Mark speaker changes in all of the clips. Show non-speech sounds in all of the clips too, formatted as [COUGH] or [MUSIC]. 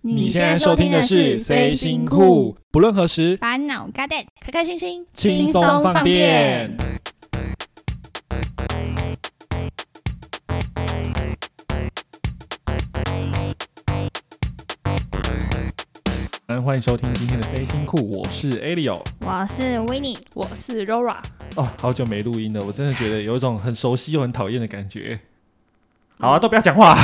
Speaker 1: 你现在收听的是《C 星酷》，不论何时，
Speaker 2: 烦恼 g o
Speaker 3: 开开心心，
Speaker 1: 轻松放电。嗯欢迎收听今天的《C 星酷》，我是 Alio。
Speaker 2: 我是 Winnie，
Speaker 3: 我是 Rora，
Speaker 1: 哦，好久没录音了，我真的觉得有一种很熟悉又很讨厌的感觉。好啊，都不要讲话。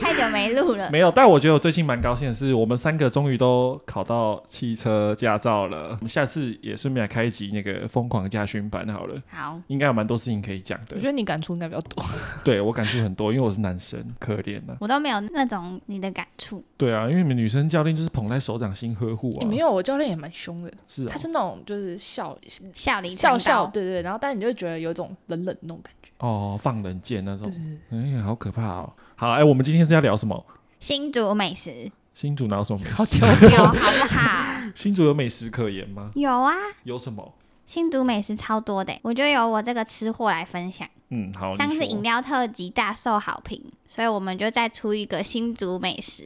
Speaker 2: 太久没录了，
Speaker 1: [LAUGHS] 没有，但我觉得我最近蛮高兴的是，我们三个终于都考到汽车驾照了。我们下次也顺便来开一集那个疯狂驾训班好了，
Speaker 2: 好，
Speaker 1: 应该有蛮多事情可以讲的
Speaker 3: 我觉。得你感触应该比较多。
Speaker 1: 对我感触很多，因为我是男生，可怜呐、
Speaker 2: 我都没有那种你的感触，
Speaker 1: 对啊，因为你们女生教练就是捧在手掌心呵护啊。
Speaker 3: 欸没有，我教练也蛮凶的，
Speaker 1: 是啊
Speaker 3: 他、是那种就是笑
Speaker 2: 笑里藏
Speaker 3: 笑
Speaker 2: 刀
Speaker 3: 笑，，对对，然后但你就会觉得有一种冷冷的那种感觉。
Speaker 1: 哦，放冷箭那种
Speaker 3: 对，对
Speaker 1: 哎呀，好可怕哦。好，哎，我们今天是要聊什么？
Speaker 2: 新竹美
Speaker 1: [LAUGHS]
Speaker 2: 食
Speaker 1: 新竹哪有什么美食？
Speaker 2: 有好不好？
Speaker 1: [LAUGHS] 新竹有美食可言吗？
Speaker 2: 有啊，
Speaker 1: 有什么？
Speaker 2: 新竹美食超多的，我就由我这个吃货来分享。
Speaker 1: 嗯，好，你
Speaker 2: 上次
Speaker 1: 说
Speaker 2: 饮料特辑大受好评，所以我们就再出一个新竹美食，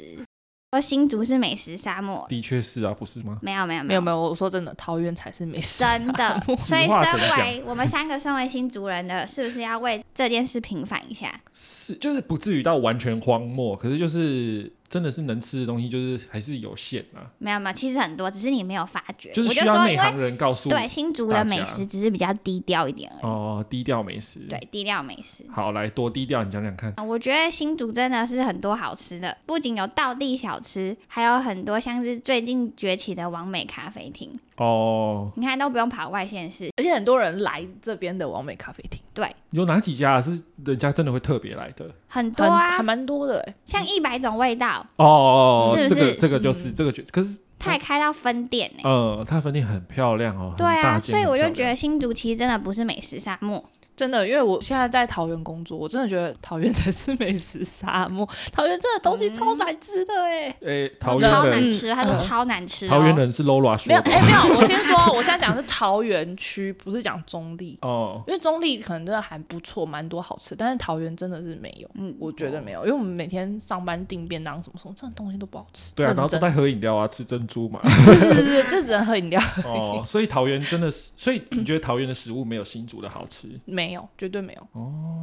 Speaker 2: 说新竹是美食沙漠，
Speaker 1: 的确是啊，不是吗？
Speaker 2: 没有没有
Speaker 3: 对没有没
Speaker 2: 有。
Speaker 3: 有，我说真的，桃园才是美食。
Speaker 2: 真的，所以
Speaker 1: 俗话怎么
Speaker 2: 身
Speaker 1: 讲
Speaker 2: 为我们三个身为新竹人的，是不是要为这件事平反一下？
Speaker 1: 是，就是不至于到完全荒漠，可是就是真的是能吃的东西，就是还是有限啊，
Speaker 2: 没有没有，其实很多，只是你没有发觉。
Speaker 1: 就是
Speaker 2: 我
Speaker 1: 需要
Speaker 2: 说，
Speaker 1: 内
Speaker 2: 因为
Speaker 1: 行人告诉
Speaker 2: 对新竹的美
Speaker 1: 大家
Speaker 2: 食只是比较低调一点而已，
Speaker 1: 哦，低调美食。
Speaker 2: 对，低调美食。
Speaker 1: 好，来多低调，你讲讲看。
Speaker 2: 啊我觉得新竹真的是很多好吃的，不仅有道地小吃，还有很多像是最近崛起的完美咖啡厅。
Speaker 1: 哦，
Speaker 2: 你看都不用跑外县市，
Speaker 3: 而且很多人来这边的完美咖啡厅，
Speaker 1: 有哪几家、啊、是人家真的会特别来的？
Speaker 2: 很多
Speaker 3: 很
Speaker 2: 啊
Speaker 3: 还，蛮多的欸。
Speaker 2: 像一百种味道，
Speaker 1: 哦哦，哦
Speaker 2: 是
Speaker 1: 这
Speaker 2: 不
Speaker 1: 个
Speaker 2: 是嗯
Speaker 1: 这个就是、这个就，可是
Speaker 2: 它也开到分店呢、
Speaker 1: 呃，它分店很漂亮哦，很
Speaker 2: 对
Speaker 1: 大
Speaker 2: 啊，
Speaker 1: 间
Speaker 2: 所以我就
Speaker 1: 很漂
Speaker 2: 觉
Speaker 1: 亮
Speaker 2: 得新竹其实真的不是美食沙漠，
Speaker 3: 真的，因为我现在在桃园工作，我真的觉得桃园才是美食沙漠。 [LAUGHS] 桃园真的东西超难吃的哎、
Speaker 1: 诶、桃
Speaker 2: 超
Speaker 1: 园
Speaker 2: 难
Speaker 1: 人，
Speaker 2: 吃，他说
Speaker 3: 嗯
Speaker 2: 超难吃、哦。
Speaker 1: 桃园人是 Lola 说
Speaker 3: 没 [LAUGHS] 有
Speaker 1: 的
Speaker 3: 哎、没有，我先说，我现在讲的是桃园区，不是讲中立。
Speaker 1: 哦，
Speaker 3: 因为中立可能真的还不错，蛮多好吃，但是桃园真的是没有，
Speaker 2: 嗯
Speaker 3: 我觉
Speaker 1: 哦
Speaker 3: 得没有，因为我们每天上班订便当什么什么，这种东西都不好吃。
Speaker 1: 对啊，
Speaker 3: 认
Speaker 1: 然后都
Speaker 3: 真
Speaker 1: 在喝饮料啊，吃珍珠
Speaker 2: [LAUGHS]
Speaker 1: 嘛。
Speaker 3: 对对 [LAUGHS] 对对，这只能喝饮料，
Speaker 1: [LAUGHS] 哦，所以桃园真的是，所以你觉得桃园的食物没有新竹的好吃？
Speaker 3: 没有，绝对没
Speaker 2: [LAUGHS]
Speaker 3: 有。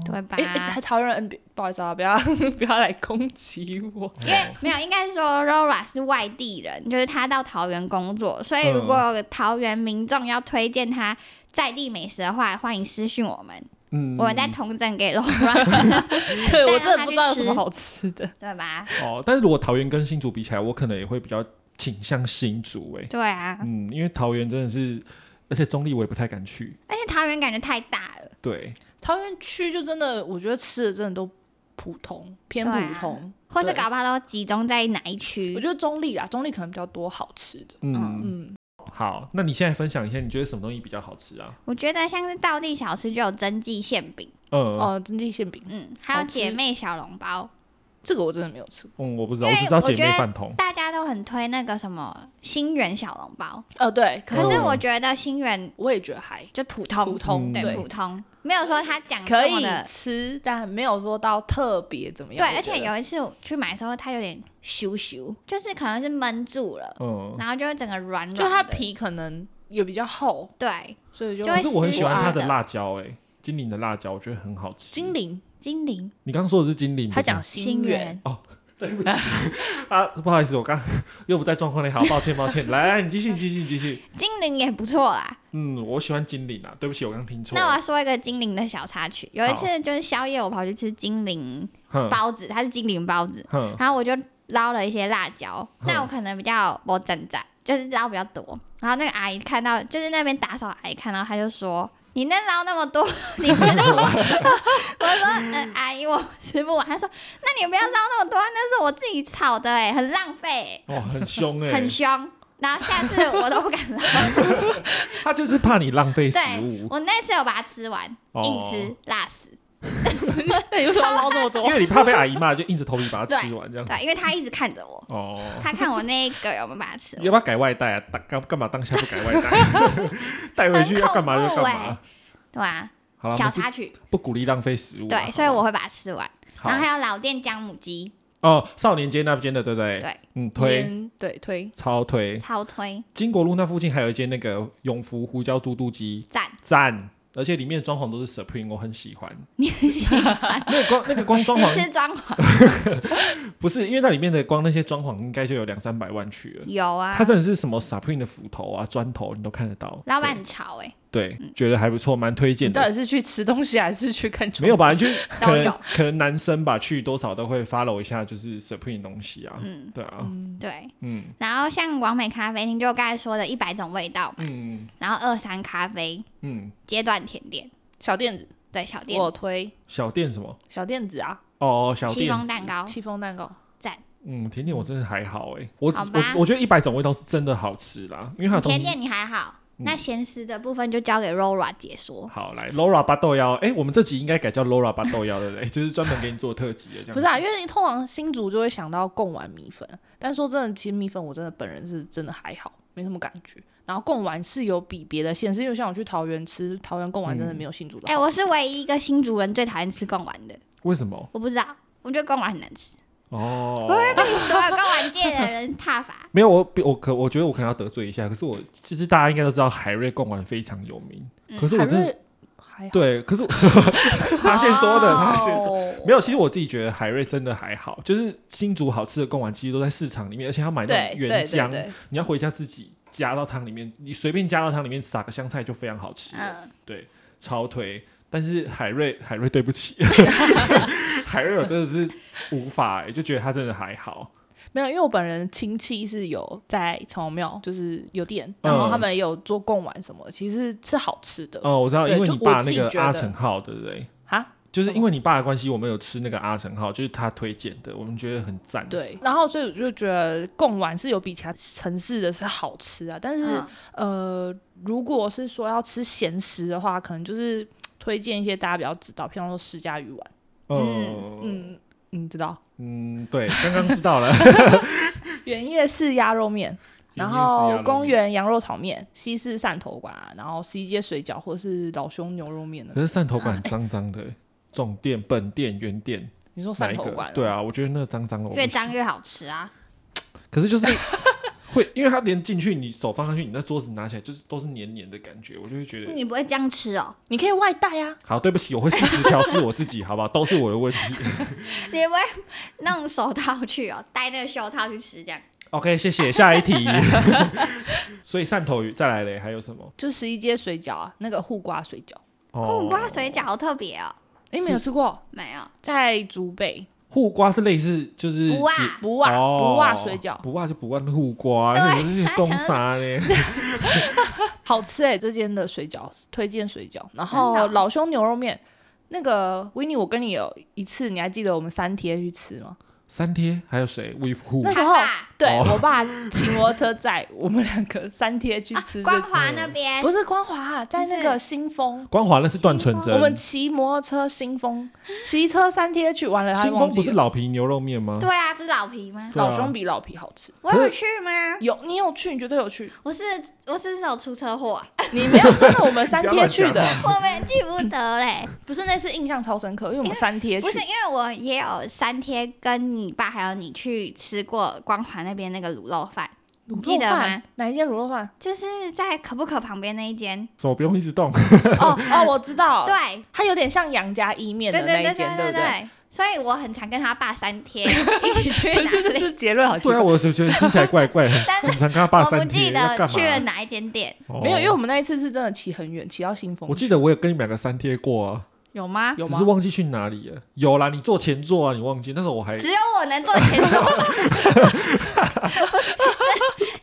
Speaker 2: 对吧？
Speaker 3: 哎、哎还桃园人，别不好意思啊，不要 [LAUGHS] 不要来攻击
Speaker 2: [LAUGHS]
Speaker 3: 我。
Speaker 1: 因为
Speaker 2: 没有，应该是说 Rora 是外地人，就是他到桃园工作，所
Speaker 3: 嗯
Speaker 2: 以如果桃园民众要推荐他在地美食的话，欢迎私讯我们，
Speaker 1: 嗯
Speaker 2: 我们再通证给 Rora，
Speaker 3: [LAUGHS] 对
Speaker 2: 再
Speaker 3: 我
Speaker 2: 让
Speaker 3: 真
Speaker 2: 他
Speaker 3: 的不
Speaker 2: 去
Speaker 3: 知道有什
Speaker 2: 吃
Speaker 3: 么好吃的。
Speaker 2: 对吧？
Speaker 1: 哦，但是如果桃园跟新竹比起来，我可能也会比较倾向新竹诶、
Speaker 2: 对啊，
Speaker 1: 嗯，因为桃园真的是，而且中立我也不太敢去。
Speaker 2: 而且桃园感觉太大了，
Speaker 1: 对，
Speaker 3: 桃园区就真的，我觉得吃的真的都普通，偏
Speaker 2: 对啊
Speaker 3: 普通。
Speaker 2: 或是
Speaker 3: 对
Speaker 2: 搞不好都集中在哪一
Speaker 3: 我
Speaker 2: 区？
Speaker 3: 觉得中立啦，中立可能比较多好吃的。
Speaker 1: 嗯，
Speaker 3: 嗯，
Speaker 1: 好，那你现在分享一下，你觉得什么东西比较好吃啊？
Speaker 2: 我觉得像是道地小吃就有蒸记馅饼，
Speaker 1: 嗯，
Speaker 3: 哦，蒸汽馅饼，
Speaker 2: 嗯，还有
Speaker 3: 好吃
Speaker 2: 姐妹小笼包，
Speaker 3: 这个我真的没有吃过。
Speaker 1: 嗯，我不知道，
Speaker 2: 因为
Speaker 1: 我只知道
Speaker 2: 我
Speaker 1: 姐
Speaker 2: 觉
Speaker 1: 妹
Speaker 2: 得
Speaker 1: 饭桶。
Speaker 2: 大家都很推那个什么新源小笼包，
Speaker 3: 哦，对，可
Speaker 2: 可是
Speaker 3: 是
Speaker 1: 哦
Speaker 2: 我觉得新源
Speaker 3: 我也觉得还
Speaker 2: 就普通，
Speaker 3: 普通
Speaker 2: 对
Speaker 1: 对
Speaker 2: 普通，没有说他讲
Speaker 3: 可
Speaker 2: 这么
Speaker 3: 以
Speaker 2: 的
Speaker 3: 吃，但没有说到特别怎么样。
Speaker 2: 对，
Speaker 3: 我
Speaker 2: 而
Speaker 3: 觉得
Speaker 2: 且有一次我去买的时候，它有点咻咻，就是可能是闷住了，
Speaker 1: 嗯，
Speaker 2: 然后就会整个软软的，
Speaker 3: 就它皮可能也比较厚，
Speaker 2: 对
Speaker 3: 所以就
Speaker 2: 就
Speaker 1: 可
Speaker 2: 会
Speaker 1: 是我很
Speaker 2: 湿
Speaker 1: 喜欢它
Speaker 2: 湿
Speaker 1: 的
Speaker 2: 的
Speaker 1: 辣椒诶、金陵的辣椒我觉得很好吃。
Speaker 3: 精，灵。
Speaker 2: 精灵
Speaker 1: 你刚刚说的是金陵，
Speaker 3: 他
Speaker 1: 不是
Speaker 3: 讲
Speaker 1: 吗
Speaker 3: 心源，
Speaker 1: 啊，不好意思，我刚 [LAUGHS] 又不在状况内，好，抱歉，抱歉。来，来你继续，你继续，你继续。
Speaker 2: 精灵也不错啦。
Speaker 1: 嗯，我喜欢金陵啊，对不起，我刚听错了。
Speaker 2: 那我要说一个精灵的小插曲，有一
Speaker 1: 好
Speaker 2: 次就是宵夜，我跑去吃精灵
Speaker 3: 嗯
Speaker 1: 哼
Speaker 2: 包子，它是精灵包子，
Speaker 1: [LAUGHS] 哼，
Speaker 2: 然后我就捞了一些辣椒，
Speaker 1: 嗯
Speaker 2: 那我可能比较我整整就是捞比较多，然后那个阿姨看到，就是那边打扫阿姨看到，她就说。你那捞那么多， [LAUGHS] 你吃得完？ [LAUGHS] 我说，呃，阿姨，我吃不完。她说，那你不要捞那么多，啊那是我自己炒的、哎，很浪费、
Speaker 1: 哦，很凶哎、
Speaker 2: 哎很凶。然后下次我都不敢捞。
Speaker 1: 他就是怕 [LAUGHS] 你浪费食
Speaker 2: 对
Speaker 1: 物，，哦
Speaker 2: 我那次有把它吃完，硬吃，辣死。
Speaker 3: [LAUGHS] 那你为什么要捞这么
Speaker 1: 哦因
Speaker 3: 多？
Speaker 1: 为你怕被阿姨骂，就硬着头皮把它吃完这样子。
Speaker 2: 对，啊因为她一直看着我，
Speaker 1: 哦，
Speaker 2: 她看我那个有没有把它吃
Speaker 1: 你
Speaker 2: 完。
Speaker 1: [LAUGHS] 要不要改外带啊？当干干嘛当下不改外带？
Speaker 2: [LAUGHS]
Speaker 1: 带回去要干嘛就干
Speaker 2: 很恐
Speaker 1: 嘛。
Speaker 2: 对啊，
Speaker 1: 好了，我
Speaker 2: 小
Speaker 1: 们是
Speaker 2: 插曲。
Speaker 1: 不鼓励浪费食物啊。
Speaker 2: 对，所以
Speaker 1: 好吧
Speaker 2: 我会把它吃完。然后
Speaker 1: 好
Speaker 2: 还有老店姜母鸡，
Speaker 1: 哦，少年街那边的，对不对？
Speaker 2: 对，
Speaker 1: 嗯，推
Speaker 3: 烟对推，
Speaker 1: 超推。
Speaker 2: 超推
Speaker 1: 金国路那附近还有一间那个永福胡椒猪肚鸡，
Speaker 2: 赞，
Speaker 1: 赞，而且里面装潢都是 Supreme，我很喜欢。
Speaker 2: 你很喜欢，
Speaker 1: 那个光那个光装
Speaker 2: 你
Speaker 1: 潢
Speaker 2: 是装潢
Speaker 1: 不是，因为那里面的光那些装潢应该就有两三百万去了。
Speaker 2: 有啊
Speaker 1: 它，真的是什么 Supreme 的斧头啊、砖头，你都看得到。
Speaker 2: 老板很潮哎，
Speaker 1: 对，对觉得还不错，蛮推
Speaker 3: 你
Speaker 1: 荐
Speaker 3: 到底
Speaker 1: 的。
Speaker 3: 是去吃东西还是去看球？
Speaker 1: 没有
Speaker 2: [LAUGHS]
Speaker 1: 吧？就可
Speaker 2: 都
Speaker 1: 能
Speaker 2: 有
Speaker 1: 可能男生吧，去多少都会 follow 一下，就是 Supreme 的东西啊。
Speaker 2: 嗯，
Speaker 1: 对啊，
Speaker 3: 嗯？
Speaker 2: 对。
Speaker 1: 嗯
Speaker 2: 然后像完美咖啡厅，就我刚才说的一百种味道嘛，
Speaker 1: 嗯
Speaker 2: 然后二三咖啡
Speaker 1: 嗯，
Speaker 2: 阶段甜点，
Speaker 3: 小店子，
Speaker 2: 对小店
Speaker 3: 我推
Speaker 1: 小店什么？
Speaker 3: 小店子啊，
Speaker 1: 哦，小
Speaker 2: 戚
Speaker 1: 店
Speaker 2: 风
Speaker 1: 子
Speaker 2: 蛋糕，
Speaker 3: 戚风蛋糕，
Speaker 1: 嗯，甜点我真的还好哎、我只
Speaker 2: 好吧
Speaker 1: 我我觉得一百种味道是真的好吃啦，因为它的东
Speaker 2: 甜
Speaker 1: 西
Speaker 2: 点你还好，
Speaker 1: 嗯
Speaker 2: 那咸食的部分就交给 Rora 解说。
Speaker 1: 好，来 Laura 八豆腰，哎、我们这集应该改叫 Laura 八豆腰，对不对？ [LAUGHS] 就是专门给你做特辑的这样。
Speaker 3: 不是啊，因为通常新竹就会想到贡丸米粉，但说真的，其实米粉我真的本人是真的还好，没什么感觉。然后贡丸是有比别的县市，因为像我去桃园吃桃园贡丸，
Speaker 1: 嗯
Speaker 3: 真的没有新竹的
Speaker 2: 哎、
Speaker 3: 好
Speaker 2: 我
Speaker 3: 吃
Speaker 2: 是唯一一个新竹人最讨厌吃贡丸的，
Speaker 1: 为什么？
Speaker 2: 我不知道，我觉得贡丸很难吃，
Speaker 1: [LAUGHS] 哦。
Speaker 2: 我，
Speaker 3: 啊
Speaker 2: 会被所有贡丸界的人挞伐
Speaker 1: 没有，我我可我觉得我可能要得罪一下，可是我其实大家应该都知道海瑞贡丸非常有名，
Speaker 2: 嗯
Speaker 1: 可是我真
Speaker 3: 还
Speaker 1: 的
Speaker 3: 是还好。
Speaker 1: 对，可
Speaker 3: [LAUGHS]
Speaker 1: 是我他先说的，他先说。
Speaker 3: 哦
Speaker 1: 没有，其实我自己觉得海瑞真的还好，就是新竹好吃的贡丸其实都在市场里面，而且他买那
Speaker 3: 对
Speaker 1: 种
Speaker 3: 对
Speaker 1: 原
Speaker 3: 对
Speaker 1: 浆，
Speaker 3: 对，
Speaker 1: 你要回家自己加到汤里面，你随便加到汤里面撒个香菜就非常好吃了。
Speaker 2: 嗯，
Speaker 1: 对，超推。但是海瑞，海瑞对不
Speaker 3: [LAUGHS]
Speaker 1: 起，海瑞我真的是无法、欸，就觉得他真的还好。
Speaker 3: 没有，因为我本人亲戚是有在城隍庙，就是有店，
Speaker 1: 嗯
Speaker 3: 然后他们也有做贡丸什么，其实是好吃的
Speaker 1: 哦，我知道，
Speaker 3: 对
Speaker 1: 因为
Speaker 3: 就
Speaker 1: 你
Speaker 3: 我
Speaker 1: 爸
Speaker 3: 自
Speaker 1: 那
Speaker 3: 己
Speaker 1: 个
Speaker 3: 觉
Speaker 1: 阿
Speaker 3: 得
Speaker 1: 成号，对不对？
Speaker 3: 哈。
Speaker 1: 就是
Speaker 3: 什
Speaker 1: 因为你爸的关系，我们有吃那个阿成号，就是他推荐的，我们觉得很赞。，
Speaker 3: 对，然后所以我就觉得贡丸是有比其他城市的是好吃啊，但是、
Speaker 2: 嗯
Speaker 3: 呃，如果是说要吃咸食的话，可能就是嘖推荐一些大家比较知道，譬方说释迦鱼丸。
Speaker 1: 嗯
Speaker 3: 嗯嗯，知道
Speaker 1: 嗯，对，刚刚知
Speaker 3: [LAUGHS]
Speaker 1: 道了。
Speaker 3: 原叶市鸭肉面，然后公
Speaker 1: 园，
Speaker 3: 园羊肉炒面、西式汕头馆啊，然后西街水饺或是老兄牛肉面呢
Speaker 1: 可。是汕头馆脏脏的、欸总店、本店、原
Speaker 3: [LAUGHS]
Speaker 1: 店
Speaker 3: 你说
Speaker 1: 哪
Speaker 3: 哦汕
Speaker 1: 一
Speaker 3: 头
Speaker 1: 个
Speaker 3: 馆、？
Speaker 1: 对，啊，我觉得那脏脏的我不
Speaker 2: 越
Speaker 1: 行。
Speaker 2: 脏越好吃啊！
Speaker 1: 可是就是会，因为他连进去，你手放下去，你那桌子拿起来就是都是黏黏的感觉，我就会觉得
Speaker 3: 嗯
Speaker 2: 你不会这样吃哦，
Speaker 3: 你可以外带啊。
Speaker 1: 好，对不起，我会适时调试我自己，好不好？都是我的问题。
Speaker 3: [LAUGHS] 嗯
Speaker 2: 你不会弄手套去哦，戴那个袖套去吃这样。
Speaker 1: OK，谢谢，下一题。 [LAUGHS] 所以汕头鱼再来嘞，还有什么？哦
Speaker 3: 就十一街水饺啊，那个护瓜水饺，哦
Speaker 2: 苦瓜水饺好特别哦，
Speaker 3: 诶，没有吃过，
Speaker 2: 没有，
Speaker 3: 在竹北
Speaker 1: 护瓜是类似就是
Speaker 2: 不啊
Speaker 1: 几
Speaker 3: 不袜
Speaker 1: 哦
Speaker 3: 不袜水饺，哎
Speaker 1: 不袜就不袜护瓜，
Speaker 2: 对
Speaker 1: 那是公啥嘞？
Speaker 3: 好吃哎、这间的水饺推荐水饺，
Speaker 2: 真
Speaker 3: 然后
Speaker 2: 的哦
Speaker 3: 老兄牛肉面，那个维尼，我跟你有一次，你还记得我们三天去吃吗？
Speaker 1: 三贴还有谁？With
Speaker 3: 那
Speaker 1: who？
Speaker 3: 时候
Speaker 2: 看吧
Speaker 3: 对、
Speaker 1: 哦
Speaker 3: 我爸骑摩托车载我们两个三天去
Speaker 2: 啊
Speaker 3: 吃这、
Speaker 2: 光华那边
Speaker 3: 不是光华、啊在那
Speaker 2: 不
Speaker 3: 个新丰，
Speaker 1: 光华那是段纯
Speaker 3: 我们
Speaker 1: 真。
Speaker 3: 骑摩托车新丰，骑车三天去，完了他
Speaker 1: 新
Speaker 3: 忘
Speaker 1: 丰
Speaker 3: 记
Speaker 1: 不是
Speaker 3: 了
Speaker 1: 老皮牛肉面吗？
Speaker 2: 对啊，不是老皮吗？
Speaker 1: 对啊
Speaker 3: 老兄比老皮好吃。
Speaker 2: 我有去吗？
Speaker 3: 有你有去，你绝对有去。
Speaker 2: 我是我是不是有出车
Speaker 3: [LAUGHS]
Speaker 2: 祸啊，
Speaker 3: 你没有真的，我们啊
Speaker 1: [LAUGHS]
Speaker 3: 三
Speaker 1: 不要
Speaker 3: 天
Speaker 1: 乱
Speaker 3: 去
Speaker 1: 讲
Speaker 3: 的，
Speaker 2: 我们记不得嘞。
Speaker 3: 不是那次印象超深刻，因为我们三天去
Speaker 2: 不是，因为我也有三天跟你爸还有你去吃过光华那边那个卤肉饭，
Speaker 3: 卤
Speaker 2: 你记
Speaker 3: 肉
Speaker 2: 得
Speaker 3: 饭
Speaker 2: 吗？
Speaker 3: 哪一间卤
Speaker 2: [LAUGHS]
Speaker 3: 肉饭？
Speaker 2: 就是在可不可旁边那一间。
Speaker 1: 手不用一直动。
Speaker 3: 哦哦，我知道，
Speaker 2: 对，
Speaker 3: 它有点像杨家一面
Speaker 2: 对
Speaker 3: 的
Speaker 2: 对
Speaker 3: 那
Speaker 2: 对
Speaker 3: 一间，
Speaker 2: 对对
Speaker 3: 不对？
Speaker 2: 对。所以我很常跟他爸三天
Speaker 3: [LAUGHS]
Speaker 2: 一起去哪里，
Speaker 3: 是结
Speaker 1: [LAUGHS]
Speaker 3: 论好
Speaker 1: 对啊，我就觉得听起来怪怪，很
Speaker 2: 但是
Speaker 1: 很常跟他爸
Speaker 2: 我不
Speaker 1: 三
Speaker 2: 记
Speaker 1: 贴要
Speaker 2: 得
Speaker 1: 干
Speaker 2: 去了
Speaker 1: 嘛？
Speaker 2: 哪一间店，
Speaker 1: 哦
Speaker 3: [LAUGHS] 没有，因为我们那一次是真的骑很远，骑到新丰
Speaker 1: 我，记得我有跟你们两个三贴过啊。
Speaker 2: 有吗？
Speaker 3: 有
Speaker 1: 只
Speaker 3: 吗
Speaker 1: 是？忘记去哪里了。有啦，你坐前座啊，你忘记？那时候我还
Speaker 2: 只有我能做前
Speaker 3: [LAUGHS]
Speaker 2: 奏。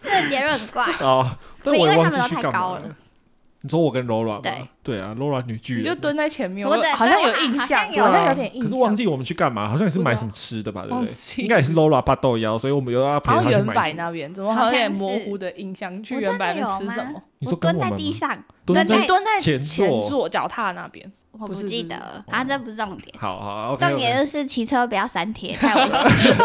Speaker 2: 这这结论很怪，
Speaker 1: 啊，
Speaker 2: 不
Speaker 1: 但我
Speaker 2: 因
Speaker 1: 也
Speaker 2: 为他
Speaker 1: 忘记
Speaker 2: 们都
Speaker 1: 去
Speaker 2: 太
Speaker 1: 干
Speaker 2: 高
Speaker 1: 嘛
Speaker 2: 了。
Speaker 1: 你说我跟 Laura 吗？
Speaker 2: 对
Speaker 1: 啊，Laura 女巨
Speaker 3: 你就
Speaker 1: 人，
Speaker 3: 蹲在前面，
Speaker 2: 我
Speaker 3: 我
Speaker 2: 对
Speaker 3: 好像
Speaker 2: 对
Speaker 3: 有印
Speaker 2: 好
Speaker 3: 象，
Speaker 2: 像
Speaker 3: 好
Speaker 2: 有
Speaker 3: 像有点印
Speaker 1: 啊可
Speaker 3: 象。
Speaker 1: 是忘记我们去干嘛，好像也是
Speaker 3: 不知
Speaker 1: 买
Speaker 3: 道
Speaker 1: 什么吃的吧，对不
Speaker 3: 啊忘
Speaker 1: 对？
Speaker 3: 记
Speaker 1: 应该也是 Laura 爸豆腰，所以我们又要陪
Speaker 3: 好
Speaker 1: 他
Speaker 3: 像
Speaker 1: 去
Speaker 3: 原
Speaker 1: 买
Speaker 3: 百
Speaker 1: 什么。
Speaker 3: 那边，怎么好像有点模糊的印象？去原百那
Speaker 2: 我真的
Speaker 3: 边吃
Speaker 2: 有
Speaker 3: 什
Speaker 2: 吗
Speaker 3: 么？
Speaker 1: 你
Speaker 2: 我
Speaker 1: 说跟
Speaker 2: 蹲
Speaker 1: 我
Speaker 2: 在
Speaker 1: 们
Speaker 2: 地
Speaker 1: 吗？
Speaker 2: 上，
Speaker 1: 蹲
Speaker 2: 在
Speaker 3: 你蹲在
Speaker 1: 前
Speaker 3: 前
Speaker 1: 座
Speaker 3: 座脚踏那边，
Speaker 2: 我
Speaker 3: 不
Speaker 2: 不
Speaker 3: 是
Speaker 2: 记
Speaker 3: 不是
Speaker 2: 得啊，这不是重点。
Speaker 1: 好好，OK， [LAUGHS]
Speaker 2: 重点就是骑车不要三贴，太危险。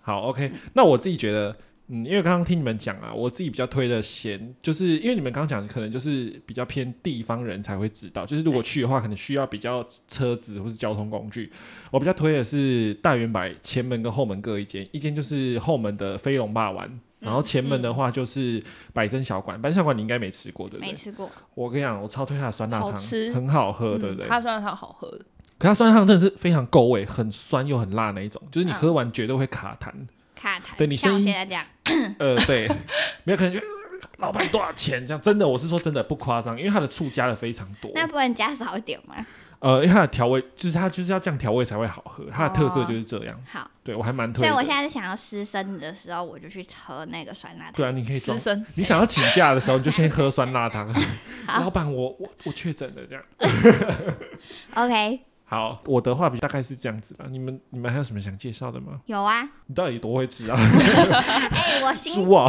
Speaker 1: 好 OK。那我自己觉得嗯，因为刚刚听你们讲啊，我自己比较推的咸，就是因为你们刚刚讲，可能就是比较偏地方人才会知道，就是如果去的话，可能需要比较车子或是交通工具。我比较推的是大圆白前门跟后门各一间，一间就是后门的飞龙霸丸，然
Speaker 3: 嗯
Speaker 1: 后前门的话就是百珍小馆，百珍小馆你应该没吃过，对不
Speaker 2: 没
Speaker 1: 对？
Speaker 2: 吃过，
Speaker 1: 我跟你讲，我超推它的酸辣
Speaker 3: 好
Speaker 1: 汤，
Speaker 3: 吃
Speaker 1: 很好喝，
Speaker 3: 嗯
Speaker 1: 对不对？
Speaker 3: 它酸辣汤好喝，
Speaker 1: 可它酸辣汤真的是非常够味，很酸又很辣那一种，就是你
Speaker 2: 嗯
Speaker 1: 喝完绝对会卡痰。
Speaker 2: 卡痰。
Speaker 1: 对你
Speaker 2: 像我
Speaker 1: 声音
Speaker 2: 现在这样，
Speaker 1: 呃，对，没有可能就老板多少钱这样，真的，我是说真的不夸张，因为它的醋加的非常多，
Speaker 2: 那不能加少一点吗？
Speaker 1: 呃，因为它的调味就是它就是要这样调味才会好喝，它的特色就是这样，
Speaker 2: 哦好，
Speaker 1: 对我还蛮推
Speaker 2: 所以
Speaker 1: 的。
Speaker 2: 我现在想要失身的时候，我就去喝那个酸辣汤。
Speaker 1: 对啊，你可以装
Speaker 3: 私，生
Speaker 1: 你想要请假的时候你就先喝酸辣汤，
Speaker 2: [LAUGHS] 好
Speaker 1: 老板我我我确诊了这样。
Speaker 2: OK，
Speaker 1: 好，我的话比大概是这样子吧。你们你们还有什么想介绍的吗？
Speaker 2: 有啊。
Speaker 1: 你到底多会吃啊？
Speaker 2: 哎、我新
Speaker 1: [LAUGHS] 猪啊！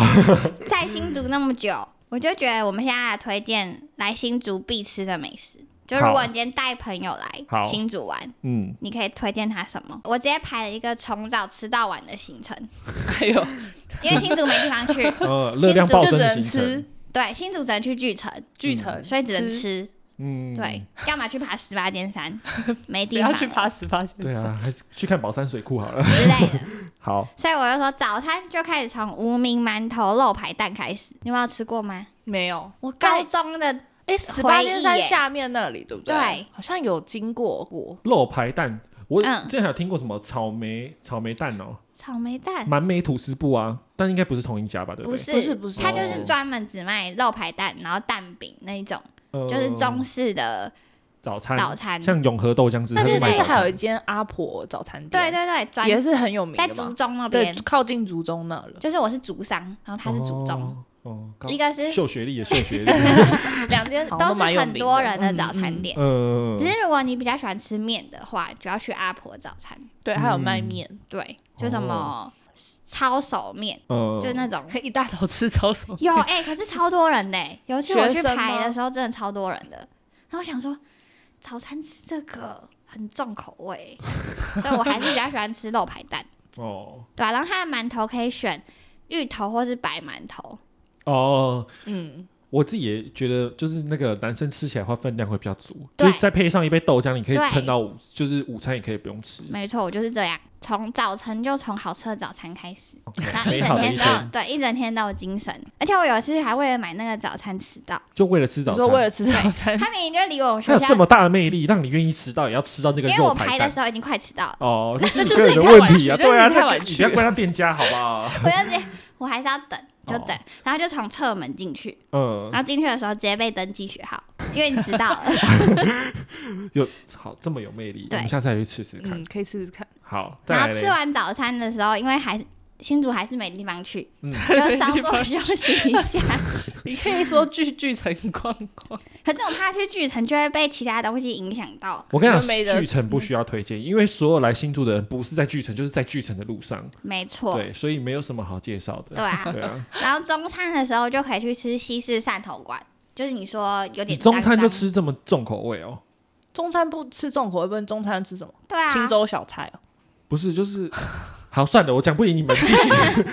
Speaker 2: 在新竹那么久，我就觉得我们现在来推荐来新竹必吃的美食。就如
Speaker 1: 好
Speaker 2: 果你今天带朋友来
Speaker 1: 好
Speaker 2: 新竹玩，
Speaker 1: 嗯，，
Speaker 2: 你可以推荐他什么？我直接排了一个从早吃到晚的行程，
Speaker 3: 还有
Speaker 2: 因为新竹没地方去
Speaker 1: [LAUGHS] 呃，热量暴增
Speaker 3: 就只
Speaker 1: 的
Speaker 3: 能
Speaker 1: 行
Speaker 3: 吃
Speaker 1: 程，
Speaker 2: 对，新竹只能去巨城，
Speaker 3: 巨城，
Speaker 2: 嗯所以只能吃，
Speaker 1: 嗯，
Speaker 2: 对，要么去爬十八尖
Speaker 3: [LAUGHS]
Speaker 2: 山，没
Speaker 3: 不
Speaker 2: 地方
Speaker 3: 要
Speaker 2: 了
Speaker 3: 去爬十八线。
Speaker 1: 对啊，还是去看宝山水库好了。
Speaker 2: 之类的。
Speaker 1: 好，
Speaker 2: 所以我就说，早餐就开始从无名馒头肉排蛋开始，你有没有吃过吗？
Speaker 3: 没有，
Speaker 2: 我高中的
Speaker 3: 哎，十八
Speaker 2: 回
Speaker 3: 天
Speaker 2: 忆
Speaker 3: 山
Speaker 2: 耶
Speaker 3: 下面那里对不
Speaker 2: 对
Speaker 3: 好像有经过过，
Speaker 1: 肉排蛋，我
Speaker 2: 嗯
Speaker 1: 之前还有听过什么草莓草莓蛋哦，
Speaker 2: 草莓蛋
Speaker 1: 满美吐司布啊，但应该不是同一家吧？对
Speaker 2: 嗯不
Speaker 1: 对？
Speaker 2: 是
Speaker 3: 不是不是
Speaker 2: 它就
Speaker 1: 哦
Speaker 2: 是专门只卖肉排蛋，然后蛋饼那一种，
Speaker 1: 呃
Speaker 2: 就是中式的
Speaker 1: 早餐，
Speaker 2: 早餐。
Speaker 1: 像永和豆浆汁，
Speaker 3: 那
Speaker 1: 它
Speaker 3: 边
Speaker 1: 是
Speaker 3: 是不
Speaker 1: 卖
Speaker 3: 是
Speaker 1: 早
Speaker 3: 还有一
Speaker 1: 餐。
Speaker 3: 间阿婆早餐
Speaker 2: 对
Speaker 3: 店？
Speaker 2: 对对，专
Speaker 3: 也是很有名
Speaker 2: 在
Speaker 3: 的
Speaker 2: 竹
Speaker 3: 嘛。
Speaker 2: 中那
Speaker 3: 对
Speaker 2: 边，，
Speaker 3: 靠近竹中
Speaker 2: [LAUGHS]
Speaker 3: 那了。
Speaker 2: 就是我是竹商，然后他是竹中，
Speaker 1: 哦哦，高
Speaker 2: 一个是
Speaker 1: 秀学历也秀学
Speaker 2: [LAUGHS]
Speaker 1: 历，
Speaker 3: 两间
Speaker 2: 都是很多人的早
Speaker 3: 嗯
Speaker 2: 餐店。
Speaker 1: 呃
Speaker 2: 只，是如果你比较喜欢吃面的话，就要去阿婆早餐。
Speaker 3: 对，还
Speaker 2: 嗯
Speaker 3: 有卖面， [LAUGHS]
Speaker 2: 对，就什
Speaker 1: 哦
Speaker 2: 么抄手面，
Speaker 1: 呃
Speaker 2: 就那种。
Speaker 3: 一大早吃早什
Speaker 1: 哦
Speaker 3: 么？
Speaker 2: 有哎、可是超多人的、欸，有一次我
Speaker 3: 学
Speaker 2: 去
Speaker 3: 生吗
Speaker 2: 排的时候，真的超多人的。然后我想说，早餐吃这个很重口味欸，所以我还是比较喜欢吃肉排蛋，
Speaker 1: 哦
Speaker 2: 对啊吧、然后它的馒头可以选芋头或是白馒头，
Speaker 1: 哦，
Speaker 3: 嗯，
Speaker 1: 我自己也觉得，就是那个男生吃起来的话分量会比较足，就
Speaker 2: 对
Speaker 1: 是再配上一杯豆浆，你可以
Speaker 2: 对
Speaker 1: 撑到午，就是午餐也可以不用吃。
Speaker 2: 没错，我就是这样，从早晨就从好吃的早餐开始，然后一
Speaker 1: 美哦好
Speaker 2: 整天
Speaker 1: 的一
Speaker 2: 都有
Speaker 1: 天，
Speaker 2: 对一整天都有精神。而且我有一次还为了买那个早餐迟到，
Speaker 1: 就为了吃早
Speaker 3: 你说为
Speaker 1: 餐，
Speaker 3: 了吃早餐，
Speaker 2: 他明明就离我们
Speaker 1: 它
Speaker 2: 学
Speaker 1: 哎有
Speaker 2: 校
Speaker 1: 这，么大的魅力，让你愿意迟到，也要吃到那个
Speaker 2: 因为我
Speaker 1: 肉
Speaker 2: 排
Speaker 1: 排
Speaker 2: 的
Speaker 1: 蛋。
Speaker 2: 时候已经快迟到了，
Speaker 1: 哦，那是
Speaker 3: 那就
Speaker 1: 个人
Speaker 3: 是你
Speaker 1: 的
Speaker 3: 太
Speaker 1: 问
Speaker 3: 晚
Speaker 1: 题啊，
Speaker 3: 去那
Speaker 1: 对啊，
Speaker 3: 是你太
Speaker 1: 那
Speaker 3: 晚
Speaker 1: 跟你
Speaker 3: 去
Speaker 1: 不要
Speaker 3: 了
Speaker 1: 怪他店家好不好？
Speaker 2: 我就直接我还是要等，就
Speaker 1: 哦
Speaker 2: 等，然后就从侧门进去，
Speaker 1: [LAUGHS] 嗯，
Speaker 2: 然后进去的时候直接被登记学号， [LAUGHS] 因为你迟到了。
Speaker 1: 有好这么有魅力，我
Speaker 2: 对
Speaker 1: 们下次再去吃吃看
Speaker 3: 嗯，。可以试试看。
Speaker 1: 好，再
Speaker 2: 然
Speaker 1: 来
Speaker 2: 后
Speaker 1: 嘞
Speaker 2: 吃完早餐的时候，因为还是新竹还是没地方去，
Speaker 1: 嗯
Speaker 2: 就稍作休息一下。 [LAUGHS]
Speaker 3: 你可以说去巨城逛逛，
Speaker 2: 可是我怕去巨城就会被其他东西影响到，
Speaker 1: 我跟你
Speaker 3: 你们没
Speaker 1: 讲，
Speaker 3: 得
Speaker 1: 巨城不需要推荐，因为所有来新竹的人不是在巨城，就是在巨城的路上，
Speaker 2: 没错，
Speaker 1: 对，所以没有什么好介绍
Speaker 2: 对
Speaker 1: 的。
Speaker 2: 啊。
Speaker 1: 对啊，
Speaker 2: 然后中餐的时候就可以去吃西式汕头馆，就是你说有
Speaker 1: 你
Speaker 2: 点
Speaker 1: 中餐就
Speaker 2: 脏脏，
Speaker 1: 吃这么重口味哦？
Speaker 3: 中餐不吃重口味，不然中餐吃什么？
Speaker 2: 对啊。
Speaker 3: 青州小菜哦。
Speaker 1: 不是，
Speaker 2: [LAUGHS]
Speaker 1: 就是好算了，我讲不赢你们，继续。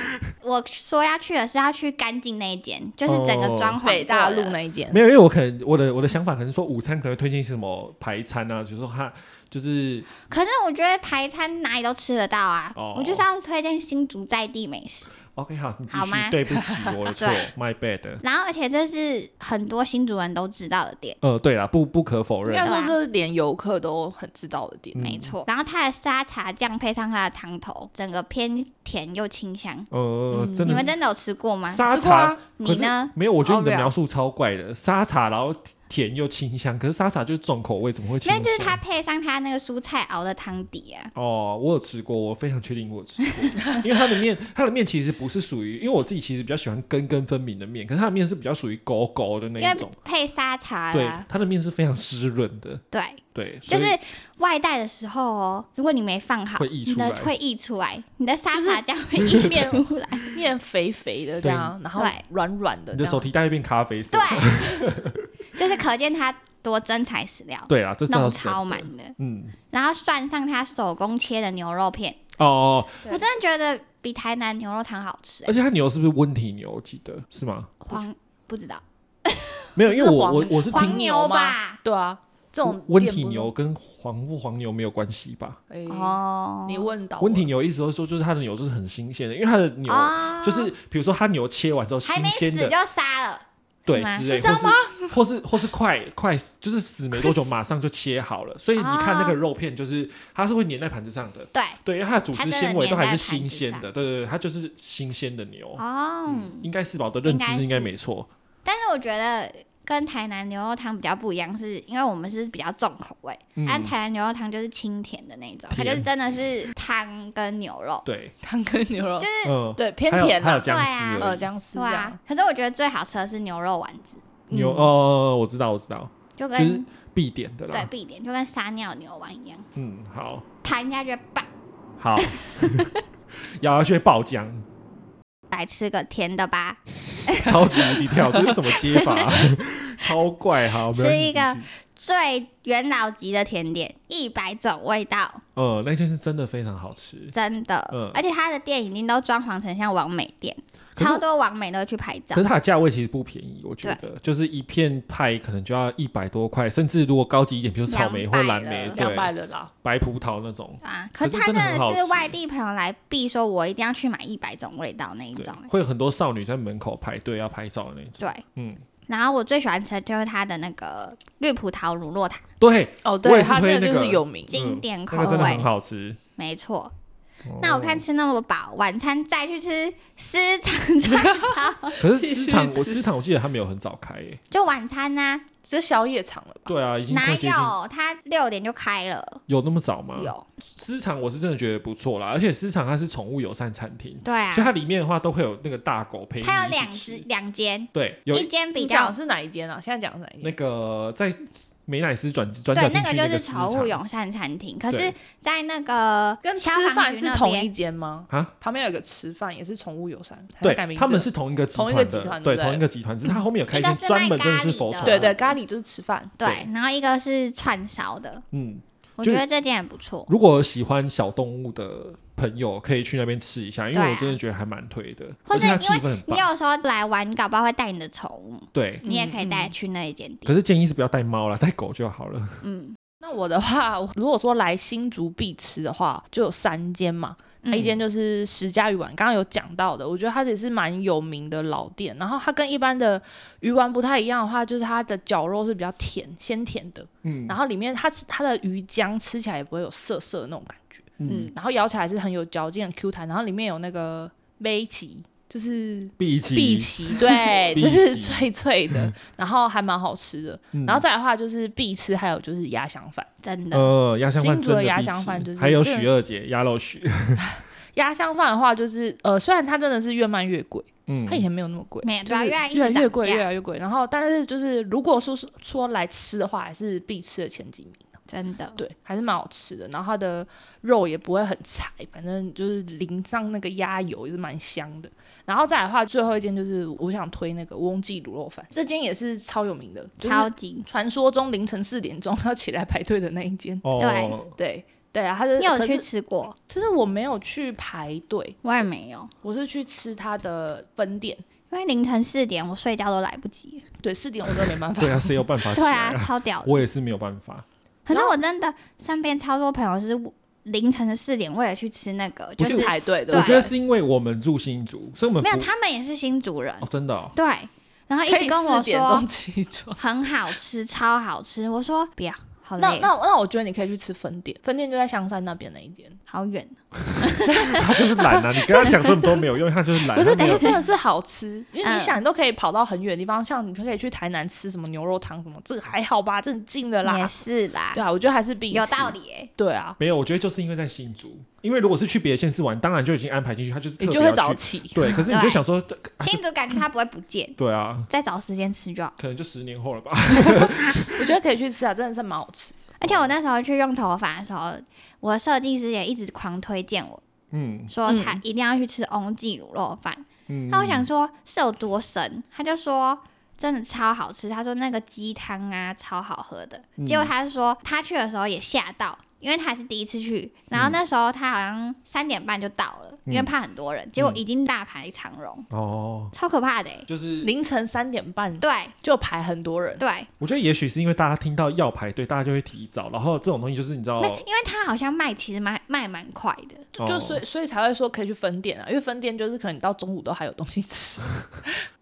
Speaker 2: 我说要去的是要去干净那一间，就是整个
Speaker 1: 哦
Speaker 2: 装潢过
Speaker 3: 北大
Speaker 2: 了
Speaker 3: 路那一间
Speaker 1: 没有，因为我可能我的我的想法可能说午餐可能会推荐一些什么排餐啊，就是说哈，就是
Speaker 2: 可是我觉得排餐哪里都吃得到啊，
Speaker 1: 哦
Speaker 2: 我就是要推荐新竹在地美食。
Speaker 1: OK 好，你继
Speaker 2: 好
Speaker 1: 续
Speaker 2: 吗，
Speaker 1: 对不起，我
Speaker 2: [LAUGHS]
Speaker 1: 的错
Speaker 2: 对
Speaker 1: ，My bad。
Speaker 2: 然后，而且这是很多新竹人都知道的店，
Speaker 1: 呃，对啦，不不可否
Speaker 3: 应
Speaker 1: 认
Speaker 3: 该，说
Speaker 2: 啊
Speaker 3: 这是连游客都很知道的店
Speaker 1: 嗯。
Speaker 2: 没错。然后它的沙茶酱配上它的汤头，整个偏甜又清香。
Speaker 1: 呃，
Speaker 3: 嗯
Speaker 1: 真
Speaker 2: 你们
Speaker 1: 的
Speaker 2: 真的有吃过吗？
Speaker 1: 沙
Speaker 3: 吃过啊
Speaker 1: 茶，
Speaker 2: 你呢？哦
Speaker 1: 没有，我觉得你的
Speaker 2: Oreo
Speaker 1: 描述超怪的，沙茶然后甜又清香，可是沙茶就是重口味，怎么会清
Speaker 2: 没有，
Speaker 1: 香？
Speaker 2: 就是它配上它那个蔬菜熬的汤底啊。
Speaker 1: 哦，我有吃过，我非常确定我有吃过， [LAUGHS] 因为它的面，它的面其实不是属于，因为我自己其实比较喜欢根根分明的面，可是它的面是比较属于狗狗的那
Speaker 2: 因
Speaker 1: 一
Speaker 2: 为
Speaker 1: 种，啊
Speaker 2: 配沙茶
Speaker 1: 对
Speaker 2: 啦，，
Speaker 1: 它的面是非常湿润的，
Speaker 2: 对，
Speaker 1: 对，所
Speaker 2: 就
Speaker 1: 以
Speaker 2: 是外带的时候哦，如果你没放好，
Speaker 1: 会溢
Speaker 2: 你
Speaker 1: 出来
Speaker 2: 的会溢出来，你的沙
Speaker 3: 就是
Speaker 2: 茶酱会溢
Speaker 3: 面
Speaker 2: 出
Speaker 1: [LAUGHS]
Speaker 2: 来，
Speaker 3: 面肥肥的这样，然后
Speaker 2: 对
Speaker 3: 软软的
Speaker 1: 你
Speaker 3: 这
Speaker 1: 的手
Speaker 3: 样。
Speaker 1: 提袋会变咖啡色，
Speaker 2: 对，就是可见它多真材实料，
Speaker 1: 对啦，这真
Speaker 2: 弄
Speaker 1: 的是真
Speaker 2: 超
Speaker 1: 的
Speaker 2: 满的。
Speaker 1: 嗯，
Speaker 2: 然后算上它手工切的牛肉片，
Speaker 1: 哦，
Speaker 3: 对
Speaker 2: 我真的觉得比台南牛肉汤好吃、欸
Speaker 1: 而且它牛是不是温体牛？我记得是吗？
Speaker 2: 黄不知道
Speaker 1: 没有，因为
Speaker 3: 是
Speaker 1: 我
Speaker 3: 黄
Speaker 1: 我我是
Speaker 2: 黄
Speaker 1: 听
Speaker 2: 牛吧？
Speaker 3: 对啊，这种
Speaker 1: 温
Speaker 3: 店
Speaker 1: 体
Speaker 3: 不
Speaker 1: 牛跟黄不黄牛没有关系吧？
Speaker 3: 哎、
Speaker 2: 哦，
Speaker 3: 你问到
Speaker 1: 温体
Speaker 3: 婷
Speaker 1: 牛意思是说，就是它的牛就是很新鲜的，因为它的牛
Speaker 2: 哦
Speaker 1: 就是比如说它牛切完之后新
Speaker 2: 还没死
Speaker 1: 鲜的，
Speaker 2: 就杀了，
Speaker 1: 对
Speaker 2: 吗
Speaker 1: 之
Speaker 2: 是
Speaker 1: 类，
Speaker 3: 这
Speaker 1: 或
Speaker 3: 样吗
Speaker 1: 是或是或是快快死就是死没多久马上就切好了，所以你看
Speaker 2: 啊
Speaker 1: 那个肉片就是它是会粘在盘子上的，
Speaker 2: 对，
Speaker 1: 对，因为它的组织
Speaker 2: 它真的
Speaker 1: 纤维都还是
Speaker 2: 粘在
Speaker 1: 新
Speaker 2: 盘子
Speaker 1: 鲜
Speaker 2: 上
Speaker 1: 的，对对对，它就是新鲜的牛，
Speaker 2: 哦，
Speaker 1: 应该是吧？我的认知
Speaker 2: 应该
Speaker 1: 是
Speaker 2: 是啊
Speaker 1: 应该没错，
Speaker 2: 但是我觉得跟台南牛肉汤比较不一样，是因为我们是比较重口味，
Speaker 1: 嗯，
Speaker 2: 按台南牛肉汤就是清甜的那种，它
Speaker 1: 甜
Speaker 2: 就是真的是汤跟牛肉，
Speaker 1: [LAUGHS] 对，
Speaker 3: 汤跟牛肉，
Speaker 2: 就是
Speaker 1: 嗯，
Speaker 3: 对偏
Speaker 1: 还有
Speaker 3: 甜
Speaker 1: 还有
Speaker 3: 啦，
Speaker 1: 姜
Speaker 2: 对
Speaker 1: 丝
Speaker 2: 啊
Speaker 1: 而
Speaker 3: 呃
Speaker 1: 已，
Speaker 3: 姜丝
Speaker 2: 对
Speaker 3: 这
Speaker 2: 啊
Speaker 3: 样，。
Speaker 2: 可是我觉得最好吃的是牛肉丸子，
Speaker 1: 牛
Speaker 3: 嗯
Speaker 1: 哦，我知道我知道，
Speaker 2: 就
Speaker 1: 就
Speaker 2: 跟、
Speaker 1: 是啊必点的
Speaker 2: 对
Speaker 1: 啦，
Speaker 2: 必点，就跟撒尿牛丸一样，
Speaker 1: 嗯，好
Speaker 2: 弹下去棒。
Speaker 1: 好， [LAUGHS] 咬下去爆浆。
Speaker 2: [LAUGHS] 来吃个甜的吧，
Speaker 1: 超级无敌跳，这是什么接法、 [LAUGHS] 超怪哈！没关系
Speaker 2: 是一个
Speaker 1: 继续
Speaker 2: 最元老级的甜点，一百种味道，
Speaker 1: 呃，那间是真的非常好吃，
Speaker 2: 真的。
Speaker 1: 嗯
Speaker 2: 而且它的店已经都装潢成像完美店，
Speaker 1: 可是
Speaker 2: 超多完美都会去拍照
Speaker 1: 可。是它的价位其实不便宜，我觉得就是一片派可能就要一百多块，甚至如果高级一点，比如草莓或蓝莓，
Speaker 2: 200
Speaker 3: 两百
Speaker 1: 对，
Speaker 3: 了啦，
Speaker 1: 白葡萄那种，
Speaker 2: 啊！
Speaker 1: 可
Speaker 2: 可
Speaker 1: 是
Speaker 2: 是他
Speaker 1: 真
Speaker 2: 真
Speaker 1: 的很好
Speaker 2: 的是
Speaker 1: 吃
Speaker 2: 外地朋友来必说，我一定要去买一百种味道那一
Speaker 1: 对
Speaker 2: 种。，欸
Speaker 1: 会有很多少女在门口排队要拍照的那种，
Speaker 2: 对，
Speaker 1: 嗯，
Speaker 2: 然后我最喜欢吃的就是它的那个绿葡萄乳酪塔，
Speaker 1: 对，
Speaker 3: 哦，
Speaker 1: 我
Speaker 3: 对，
Speaker 1: 也是
Speaker 3: 它
Speaker 1: 推
Speaker 3: 那个
Speaker 1: 那
Speaker 3: 就
Speaker 1: 个
Speaker 3: 是有名，
Speaker 2: 经典口
Speaker 1: 那个真的
Speaker 2: 味
Speaker 1: 很，好吃。
Speaker 2: 没错。
Speaker 1: 哦
Speaker 2: 那我看，吃那么饱，晚餐再去吃私肠串烧，
Speaker 1: 可
Speaker 3: 继
Speaker 1: 是市
Speaker 3: 续
Speaker 1: 场
Speaker 3: 吃
Speaker 1: 我市场我记得它没有很早开欸耶，
Speaker 2: [LAUGHS] 就晚餐呐、
Speaker 3: 这是宵夜场了吧？
Speaker 1: 对啊，已经
Speaker 2: 哪
Speaker 1: 快接近
Speaker 2: 有？它六点就开了，
Speaker 1: 有那么早吗？
Speaker 2: 有
Speaker 1: 私场我是真的觉得不错啦，而且私场它是宠物友善餐厅，
Speaker 2: 对啊
Speaker 1: 所以，它里面的话都会有那个大狗陪你
Speaker 2: 它有
Speaker 1: 一
Speaker 2: 两
Speaker 1: 起
Speaker 2: 只
Speaker 1: 吃，
Speaker 2: 两间，
Speaker 1: 对，有
Speaker 2: 一间比
Speaker 3: 你讲
Speaker 2: 较
Speaker 3: 的是哪一间啊？现在讲的是哪一
Speaker 1: 那
Speaker 3: 间？
Speaker 1: 个在美乃斯转转角
Speaker 2: 对，
Speaker 1: 进
Speaker 2: 个
Speaker 1: 去
Speaker 2: 就
Speaker 1: 个
Speaker 2: 是
Speaker 1: 私
Speaker 2: 宠
Speaker 1: 场
Speaker 2: 物友善餐厅，可是
Speaker 1: 对，
Speaker 2: 在那个
Speaker 3: 跟吃
Speaker 2: 消防
Speaker 3: 饭
Speaker 2: 局
Speaker 3: 是
Speaker 2: 那
Speaker 3: 同
Speaker 2: 边
Speaker 3: 一间吗？
Speaker 1: 啊，
Speaker 3: 旁边有个吃饭也是宠物友善，还改
Speaker 1: 对，
Speaker 3: 名字
Speaker 1: 他们
Speaker 3: 了
Speaker 1: 是同一个集
Speaker 3: 同一
Speaker 1: 团
Speaker 3: 个
Speaker 1: 的，
Speaker 3: 集团
Speaker 1: 对，
Speaker 3: 对不对
Speaker 1: 同一个集团，只是它后面有开一间
Speaker 2: 嗯一个是卖
Speaker 1: 专门真的是
Speaker 2: 咖喱
Speaker 1: 佛
Speaker 2: 的
Speaker 1: 茶，
Speaker 3: 对对，咖喱就是吃饭，
Speaker 2: 对，然后一个是串烧的，
Speaker 1: 嗯，
Speaker 2: 我
Speaker 1: 就
Speaker 2: 觉得这间也不错。
Speaker 1: 如果喜欢小动物的朋友可以去那边吃一下，因
Speaker 2: 对
Speaker 1: 为
Speaker 2: 啊
Speaker 1: 我真的觉得还蛮推的，
Speaker 2: 或
Speaker 1: 而且
Speaker 2: 是
Speaker 1: 它
Speaker 2: 因
Speaker 1: 气氛很
Speaker 2: 你
Speaker 1: 棒，
Speaker 2: 有时候来玩，你搞不好会带你的宠物，
Speaker 1: 对。
Speaker 2: 你也可以带
Speaker 3: 嗯嗯
Speaker 2: 去那一间店。
Speaker 1: 可是建议是不要带猫啦，带狗就好了。
Speaker 2: [LAUGHS] 嗯，
Speaker 3: 那我的话，我如果说来新竹必吃的话，就有三间嘛。
Speaker 2: 嗯
Speaker 3: 啊一间就是石家鱼丸，刚刚有讲到的，我觉得它也是蛮有名的老店。然后它跟一般的鱼丸不太一样的话，就是它的绞肉是比较甜，鲜甜的。
Speaker 1: 嗯
Speaker 3: 然后里面它吃它的鱼浆吃起来也不会有涩涩的那种感觉，
Speaker 1: 嗯，
Speaker 3: 然后咬起来是很有嚼劲、很 Q 弹。然后里面有那个梅奇，就是
Speaker 1: 碧琪，
Speaker 3: 碧琪，
Speaker 1: [LAUGHS]
Speaker 3: 对，
Speaker 1: 碧
Speaker 3: 就
Speaker 1: 琪
Speaker 3: 是脆脆的， [LAUGHS] 然后还蛮好吃的。
Speaker 1: 嗯，
Speaker 3: 然后再来的话就是必吃，还有就是鸭香饭。
Speaker 2: 真的，
Speaker 1: 呃，鸭香饭
Speaker 3: 新竹
Speaker 1: 真
Speaker 3: 的
Speaker 1: 必
Speaker 3: 鸭
Speaker 1: 吃
Speaker 3: 香饭就是
Speaker 1: 还有
Speaker 3: 真的
Speaker 1: 许二姐鸭肉许，
Speaker 3: 鸭香饭的话，就是呃，虽然它真的是越卖越贵，
Speaker 1: 嗯
Speaker 3: 它以前没有那么贵，
Speaker 2: 没有，
Speaker 3: 就
Speaker 2: 对啊，
Speaker 3: 是
Speaker 2: 越来
Speaker 3: 越来越
Speaker 2: 涨
Speaker 3: 贵，
Speaker 2: 价
Speaker 3: 越来越贵。然后，但是就是如果说是说来吃的话，还是必吃的前几名，
Speaker 2: 真的。
Speaker 3: 对，还是蛮好吃的。然后它的肉也不会很柴，反正就是淋上那个鸭油也是蛮香的。然后再来的话，最后一间就是我想推那个翁记卤肉饭，这间也是超有名的，就是
Speaker 2: 超级，
Speaker 3: 传说中凌晨四点钟要起来排队的那一间。
Speaker 1: 哦，
Speaker 3: 对对啊，它
Speaker 1: 呃
Speaker 3: 的
Speaker 2: 你有
Speaker 3: 可
Speaker 2: 去
Speaker 3: 是
Speaker 2: 吃过？
Speaker 3: 可是我没有去排队，
Speaker 2: 我也没有，
Speaker 3: 我是去吃它的分店，
Speaker 2: 因为凌晨四点我睡觉都来不及。
Speaker 3: 对，四点我都没办
Speaker 1: [LAUGHS]
Speaker 3: 法 [LAUGHS]
Speaker 1: 对。啊，谁有办法起
Speaker 2: 对
Speaker 1: 来
Speaker 2: 啊，
Speaker 1: 啊？
Speaker 2: 超屌的。
Speaker 1: 我啊也是没有办法，
Speaker 2: 可是我真的身边超多朋友是凌晨的四点为了去吃那个，
Speaker 1: 不
Speaker 2: 就是是
Speaker 3: 排队的，
Speaker 2: 对啊
Speaker 1: 我觉得是因为我们住新竹，所以我们
Speaker 2: 没有，
Speaker 1: 不
Speaker 2: 他们也是新族人
Speaker 1: 哦，，真的哦，
Speaker 2: 对，然后一
Speaker 3: 可
Speaker 2: 直
Speaker 3: 以
Speaker 2: 跟我
Speaker 3: 四点
Speaker 2: 说
Speaker 3: 钟起
Speaker 2: [LAUGHS]
Speaker 3: 床。
Speaker 2: 很好吃，超好吃。我说不要，好
Speaker 3: 那
Speaker 2: 累，哦
Speaker 3: 那那我觉得你可以去吃分店，分店就在香山那边那一间，
Speaker 2: 好远。
Speaker 1: 他就是懒啊！你跟他讲什么都没有用，他就是懒。
Speaker 3: 不是，
Speaker 1: 他
Speaker 3: 可
Speaker 1: 没有
Speaker 3: 是真的 [LAUGHS] 是好吃，因为
Speaker 2: 嗯
Speaker 3: 你想，你都可以跑到很远的地方，像你可以去台南吃什么牛肉汤什么，这个还好吧，这很近的
Speaker 2: 也
Speaker 3: 啦。
Speaker 2: 是啦
Speaker 3: 对，啊，我觉得还是比
Speaker 2: 有道。理哎、
Speaker 3: 对啊，
Speaker 1: 没有，我觉得就是因为在新竹，因为如果是去别的县市玩，当然就已经安排进去，他就是
Speaker 3: 你
Speaker 1: 特别
Speaker 3: 就会
Speaker 1: 要
Speaker 3: 早
Speaker 1: 去
Speaker 3: 起。
Speaker 1: 对，可是你就想说，对
Speaker 2: 新竹感觉他不会不
Speaker 3: [LAUGHS]
Speaker 2: 见，
Speaker 1: 对啊，
Speaker 2: 再找时间吃就
Speaker 3: 哦
Speaker 2: 好。
Speaker 1: 可能就十年后了吧。
Speaker 3: 我觉得可以去吃啊，真的是蛮好吃。
Speaker 2: 而且我那时候去用头发的时候，我设计师也一直狂推荐我
Speaker 1: 嗯
Speaker 2: 说
Speaker 3: 嗯
Speaker 2: 他一定要去吃翁记卤肉饭。
Speaker 1: 嗯，
Speaker 2: 那、我想说是有多神，他就说。真的超好吃，他说那个鸡汤啊超好喝的。
Speaker 1: 嗯
Speaker 2: 结果他说他去的时候也吓到，因为他也是第一次去，然后那时候他好像三点半就到了，因为
Speaker 1: 嗯
Speaker 2: 怕很多人，结果已经大排长龙，
Speaker 1: 哦，
Speaker 2: 超可怕的、欸。
Speaker 1: 就是
Speaker 3: 凌晨三点半
Speaker 2: 对
Speaker 3: 就排很多人，
Speaker 2: 对，
Speaker 1: 我觉得也许是因为大家听到要排队，大家就会提早，然后这种东西就是你知道
Speaker 2: 没、，因为他好像卖其实卖卖蛮快的，
Speaker 1: 哦
Speaker 3: 就所以所以才会说可以去分店啊，因为分店就是可能你到中午都还有东西吃。 [LAUGHS]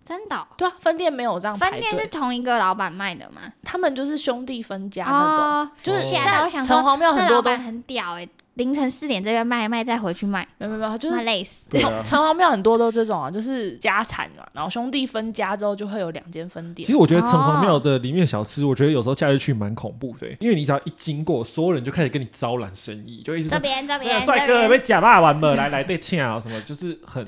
Speaker 2: 真的哦、哦
Speaker 3: 对啊，分店没有这样
Speaker 2: 分
Speaker 3: 排
Speaker 2: 店是
Speaker 3: 队，
Speaker 2: 同一个老板卖的吗？
Speaker 3: 他们就是兄弟分家那种，
Speaker 2: 哦，
Speaker 3: 就是
Speaker 2: 吓
Speaker 3: 像
Speaker 2: 到我想
Speaker 3: 城
Speaker 2: 说，
Speaker 3: 隍庙很
Speaker 2: 那
Speaker 3: 多
Speaker 2: 老
Speaker 3: 都
Speaker 2: 板很屌哎、凌晨四点这边卖卖再回去卖，
Speaker 3: 没有没有没有，就是
Speaker 2: 卖累死。
Speaker 1: 对
Speaker 3: 城
Speaker 1: 啊
Speaker 3: 城隍庙很多都这种啊，就是家产嘛，然后兄弟分家之后就会有两间分
Speaker 1: 其
Speaker 3: 店
Speaker 1: 实。我觉得城隍庙的里面小吃，我觉得有时候假日去蛮恐怖的，因为你只要一经过，所有人就开始跟你招揽生意，就一直
Speaker 2: 这
Speaker 1: 说
Speaker 2: 边这
Speaker 1: 那
Speaker 2: 边
Speaker 1: 个帅哥
Speaker 2: 这
Speaker 1: 被
Speaker 2: 边，
Speaker 1: 假霸玩了，来来被欠啊什么，就是很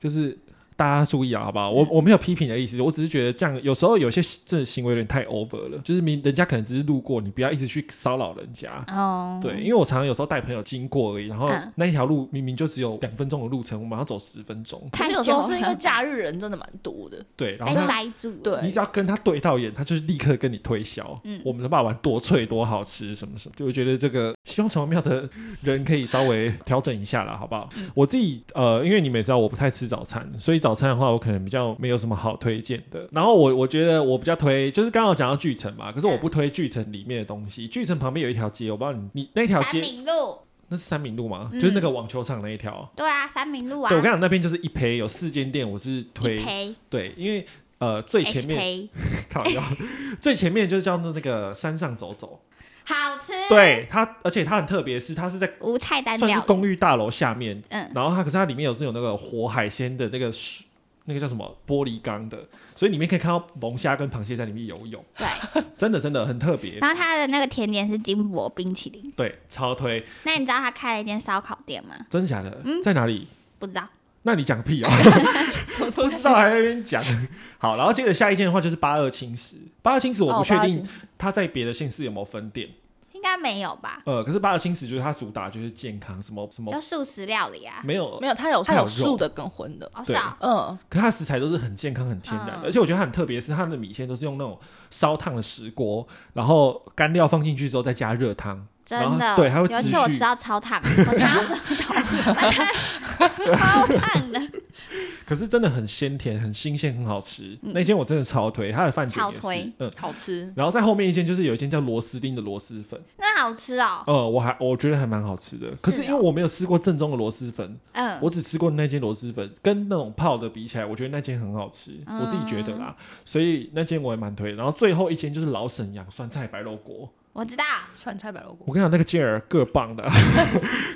Speaker 1: 就是。大家注意啊，好不好？我我没有批评的意思，我只是觉得这样有时候有些这行为有点太 over 了，就是明人家可能只是路过，你不要一直去骚扰人家。
Speaker 2: 哦，
Speaker 1: 对，因为我常常有时候带朋友经过而已，然后
Speaker 2: 嗯
Speaker 1: 那一条路明明就只有两分钟的路程，我们要走十分钟。
Speaker 3: 可
Speaker 2: 太
Speaker 3: 是
Speaker 2: 久
Speaker 3: 有
Speaker 2: 了，
Speaker 3: 时候是因为假日人真的蛮
Speaker 2: [LAUGHS]
Speaker 3: 多的，
Speaker 1: 对，然
Speaker 2: 被
Speaker 1: 后他
Speaker 2: 塞住了，
Speaker 3: 对
Speaker 1: 你只要跟他对啊到眼，他就是立刻跟你推销。
Speaker 2: 嗯
Speaker 1: 我们的霸王多脆多好吃，什么什么，就我觉得这个希望城隍庙的人可以稍微调整一下啦，好不好？
Speaker 2: 嗯
Speaker 1: 我自己呃，因为你们也知道我不太吃早餐，所以早餐的话我可能比较没有什么好推荐的。然后我我觉得我比较推，就是刚好讲到巨城嘛，可是我不
Speaker 2: 嗯
Speaker 1: 推巨城里面的东西。巨城旁边有一条街，我不知道你你那条
Speaker 2: 三
Speaker 1: 街
Speaker 2: 明路，
Speaker 1: 那是三民路吗？
Speaker 2: 嗯
Speaker 1: 就是那个网球场那一条。
Speaker 2: 对啊，三明路啊，
Speaker 1: 对，我跟你讲，那边就是一胚有四间店，我是推
Speaker 2: 一胚
Speaker 1: 对，因为呃最前
Speaker 2: S
Speaker 1: 面
Speaker 2: 胚
Speaker 1: [LAUGHS] 烤腰，最前面就是叫做那个山上走走。
Speaker 2: 好吃，，
Speaker 1: 对它，而且它很特别，是它是在
Speaker 2: 无菜嗯单
Speaker 1: 算是
Speaker 2: 料理，
Speaker 1: 公寓大楼下面，
Speaker 2: 嗯，
Speaker 1: 然后它可是它里面有是有那个活海鲜的那个水那个叫什么玻璃缸的，所以里面可以看到龙虾跟螃蟹在里面游泳，
Speaker 2: 对。
Speaker 1: 真的真的很特别。
Speaker 2: 然后它的那个甜点是金箔冰淇淋。
Speaker 1: 对，超推，
Speaker 2: 那你知道他开了一间烧烤店吗？
Speaker 1: 真的假的？
Speaker 2: 嗯
Speaker 1: 在哪里？
Speaker 2: 不知道，
Speaker 1: 那你讲个屁啊！不 [LAUGHS] 知道还在那边讲。好，然后接着下一件的话就是八二青石，八二青石我不
Speaker 3: 哦
Speaker 1: 确
Speaker 3: 八二
Speaker 1: 定
Speaker 3: 青
Speaker 1: 它在别的县市有没有分店，
Speaker 2: 应该没有吧？
Speaker 1: 呃，可是八二青石就是它主打就是健康，什么什么
Speaker 2: 就素食料理啊，
Speaker 1: 没有
Speaker 3: 没有它有
Speaker 1: 它
Speaker 3: 它
Speaker 1: 有
Speaker 3: 有
Speaker 1: 肉
Speaker 3: 素的跟荤的，
Speaker 2: 哦，是
Speaker 1: 对
Speaker 2: 哦，
Speaker 3: 嗯，
Speaker 1: 可它的食材都是很健康、很天然的，
Speaker 2: 嗯
Speaker 1: 而且我觉得它很特别，是它的米线都是用那种烧烫的石锅，然后干料放进去之后再加热汤，然后
Speaker 2: 真的。
Speaker 1: 对它
Speaker 2: 有
Speaker 1: 会
Speaker 2: 一
Speaker 1: 持
Speaker 2: 次我
Speaker 1: 续
Speaker 2: 吃到超烫，我烫到舌头，超烫的，
Speaker 1: [LAUGHS] 可是真的很鲜甜、很新鲜、很好吃。
Speaker 2: 嗯
Speaker 1: 那间我真的超推，它的饭卷
Speaker 2: 超
Speaker 1: 也是
Speaker 2: 推，
Speaker 1: 嗯。
Speaker 3: 好吃。
Speaker 1: 然后在后面一间就是有一间叫螺丝钉的螺蛳粉，
Speaker 2: 那好吃哦。
Speaker 1: 呃，我还我觉得还蛮好吃的。可是因为我没有吃过正宗的螺蛳粉，
Speaker 2: 嗯，
Speaker 1: 我只吃过那间螺蛳粉，跟那种泡的比起来，我觉得那间很好吃，
Speaker 2: 嗯
Speaker 1: 我自己觉得啦。所以那间我也蛮推。然后最后一间就是老沈阳酸菜白肉锅，
Speaker 2: 我知道，
Speaker 3: 酸菜白肉锅，
Speaker 1: 我跟你讲，那个劲儿个棒的，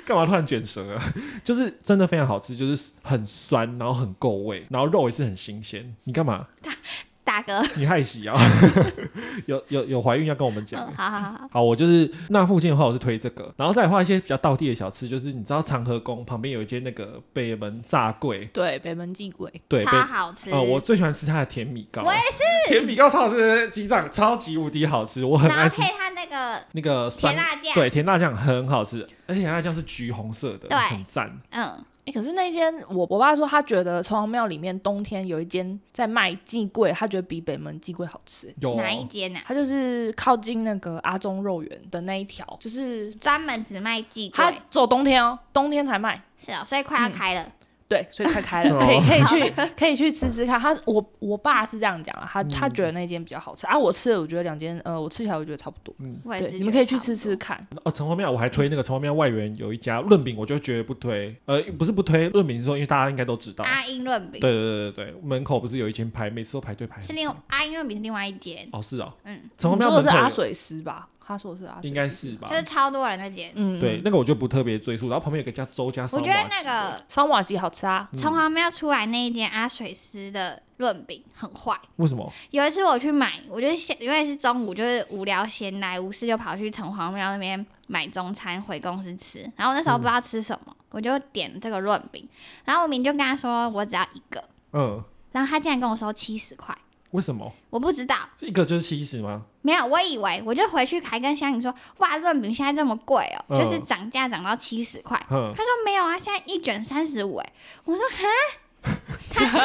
Speaker 1: 干嘛突然卷舌啊？ [LAUGHS] 就是真的非常好吃，就是很酸，然后很够味，然后肉也是很新鲜。你干嘛？
Speaker 2: 大哥，
Speaker 1: 你害喜啊？ [LAUGHS] 有有有怀孕要跟我们讲、
Speaker 2: 嗯好好好好，
Speaker 1: 好，我就是那附近的话，我是推这个，然后再来画一些比较道地的小吃，就是你知道长和宫旁边有一间那个北门炸柜，
Speaker 3: 对，北门鸡鬼，
Speaker 1: 对，北
Speaker 2: 超好吃。
Speaker 1: 呃，我最喜欢吃它的甜米糕，
Speaker 2: 我也
Speaker 1: 是，甜米糕超好吃，机长超级无敌好吃，我很
Speaker 2: 然
Speaker 1: 爱
Speaker 2: 后
Speaker 1: 吃
Speaker 2: 配他那个
Speaker 1: 那个酸
Speaker 2: 甜辣酱，
Speaker 1: 对，甜辣酱很好吃，而且甜辣酱是橘红色的，
Speaker 2: 对
Speaker 1: 很赞。
Speaker 2: 嗯，
Speaker 3: 哎、可是那间我我爸说他觉得城隍庙里面冬天有一间在卖鸡贵，他觉得比北门鸡贵好吃。
Speaker 1: 有
Speaker 2: 哪一间啊？
Speaker 3: 它就是靠近那个阿中肉圆的那一条，就是
Speaker 2: 专门只卖季
Speaker 3: 它嗯
Speaker 2: 贵，
Speaker 3: 走冬天哦，冬天才卖。
Speaker 2: 是哦，所以快要开了。
Speaker 3: 对，所以才开了，
Speaker 1: 哦
Speaker 3: 可以可以去可以去吃吃看。他我我爸是这样讲啊，他
Speaker 1: 嗯
Speaker 3: 他觉得那间比较好吃啊。我吃了，我觉得两间呃，我吃起来我觉得差不多。
Speaker 2: 我也
Speaker 3: 对，
Speaker 2: 是，
Speaker 3: 你们可以去吃吃。看。
Speaker 1: 哦，城隍庙我还推那个城隍庙外园有一家润饼，我就绝对不推，呃，不是不推润饼，是说因为大家应该都知道，
Speaker 2: 阿英润饼
Speaker 1: 对对对对对，门口不是有一间排，每次都排队排很
Speaker 2: 是
Speaker 1: 久。
Speaker 2: 另阿英润饼是另外一间，
Speaker 1: 哦，是哦，
Speaker 2: 嗯，
Speaker 1: 城隍
Speaker 3: 你
Speaker 1: 庙
Speaker 3: 说
Speaker 1: 门
Speaker 3: 的是阿
Speaker 1: 口
Speaker 3: 水师吧？他啊说的是阿水师，
Speaker 1: 有应该是吧
Speaker 2: 就？是超多人那间。
Speaker 3: 嗯，
Speaker 1: 对，那个我就不特别赘述。然后旁边有个叫周家烧
Speaker 2: 我
Speaker 1: 麻
Speaker 2: 觉
Speaker 1: 糬，
Speaker 2: 得那个
Speaker 1: 嗯
Speaker 3: 烧马鸡好吃啊。
Speaker 2: 城隍庙出来那一间阿水师的润饼很坏。
Speaker 1: 为什么？
Speaker 2: 有一次我去买，我就先因为是中午，就是无聊闲来无事，就跑去城隍庙那边买中餐回公司吃。然后那时候不知道吃什么，我就点这个润饼。然后我明就跟他说我只要一个，
Speaker 1: 嗯，
Speaker 2: 然后他竟然跟我收七十块，
Speaker 1: 为什么？
Speaker 2: 我不知道。
Speaker 1: 一个就是七十吗？
Speaker 2: 没有，我以为我就回去还跟香颖说，哇，润饼现在这么贵哦、
Speaker 1: 嗯
Speaker 2: 就是涨价涨到七十块。
Speaker 1: 哼
Speaker 2: 他，说没有啊，现在一卷三十五哎。我说哈，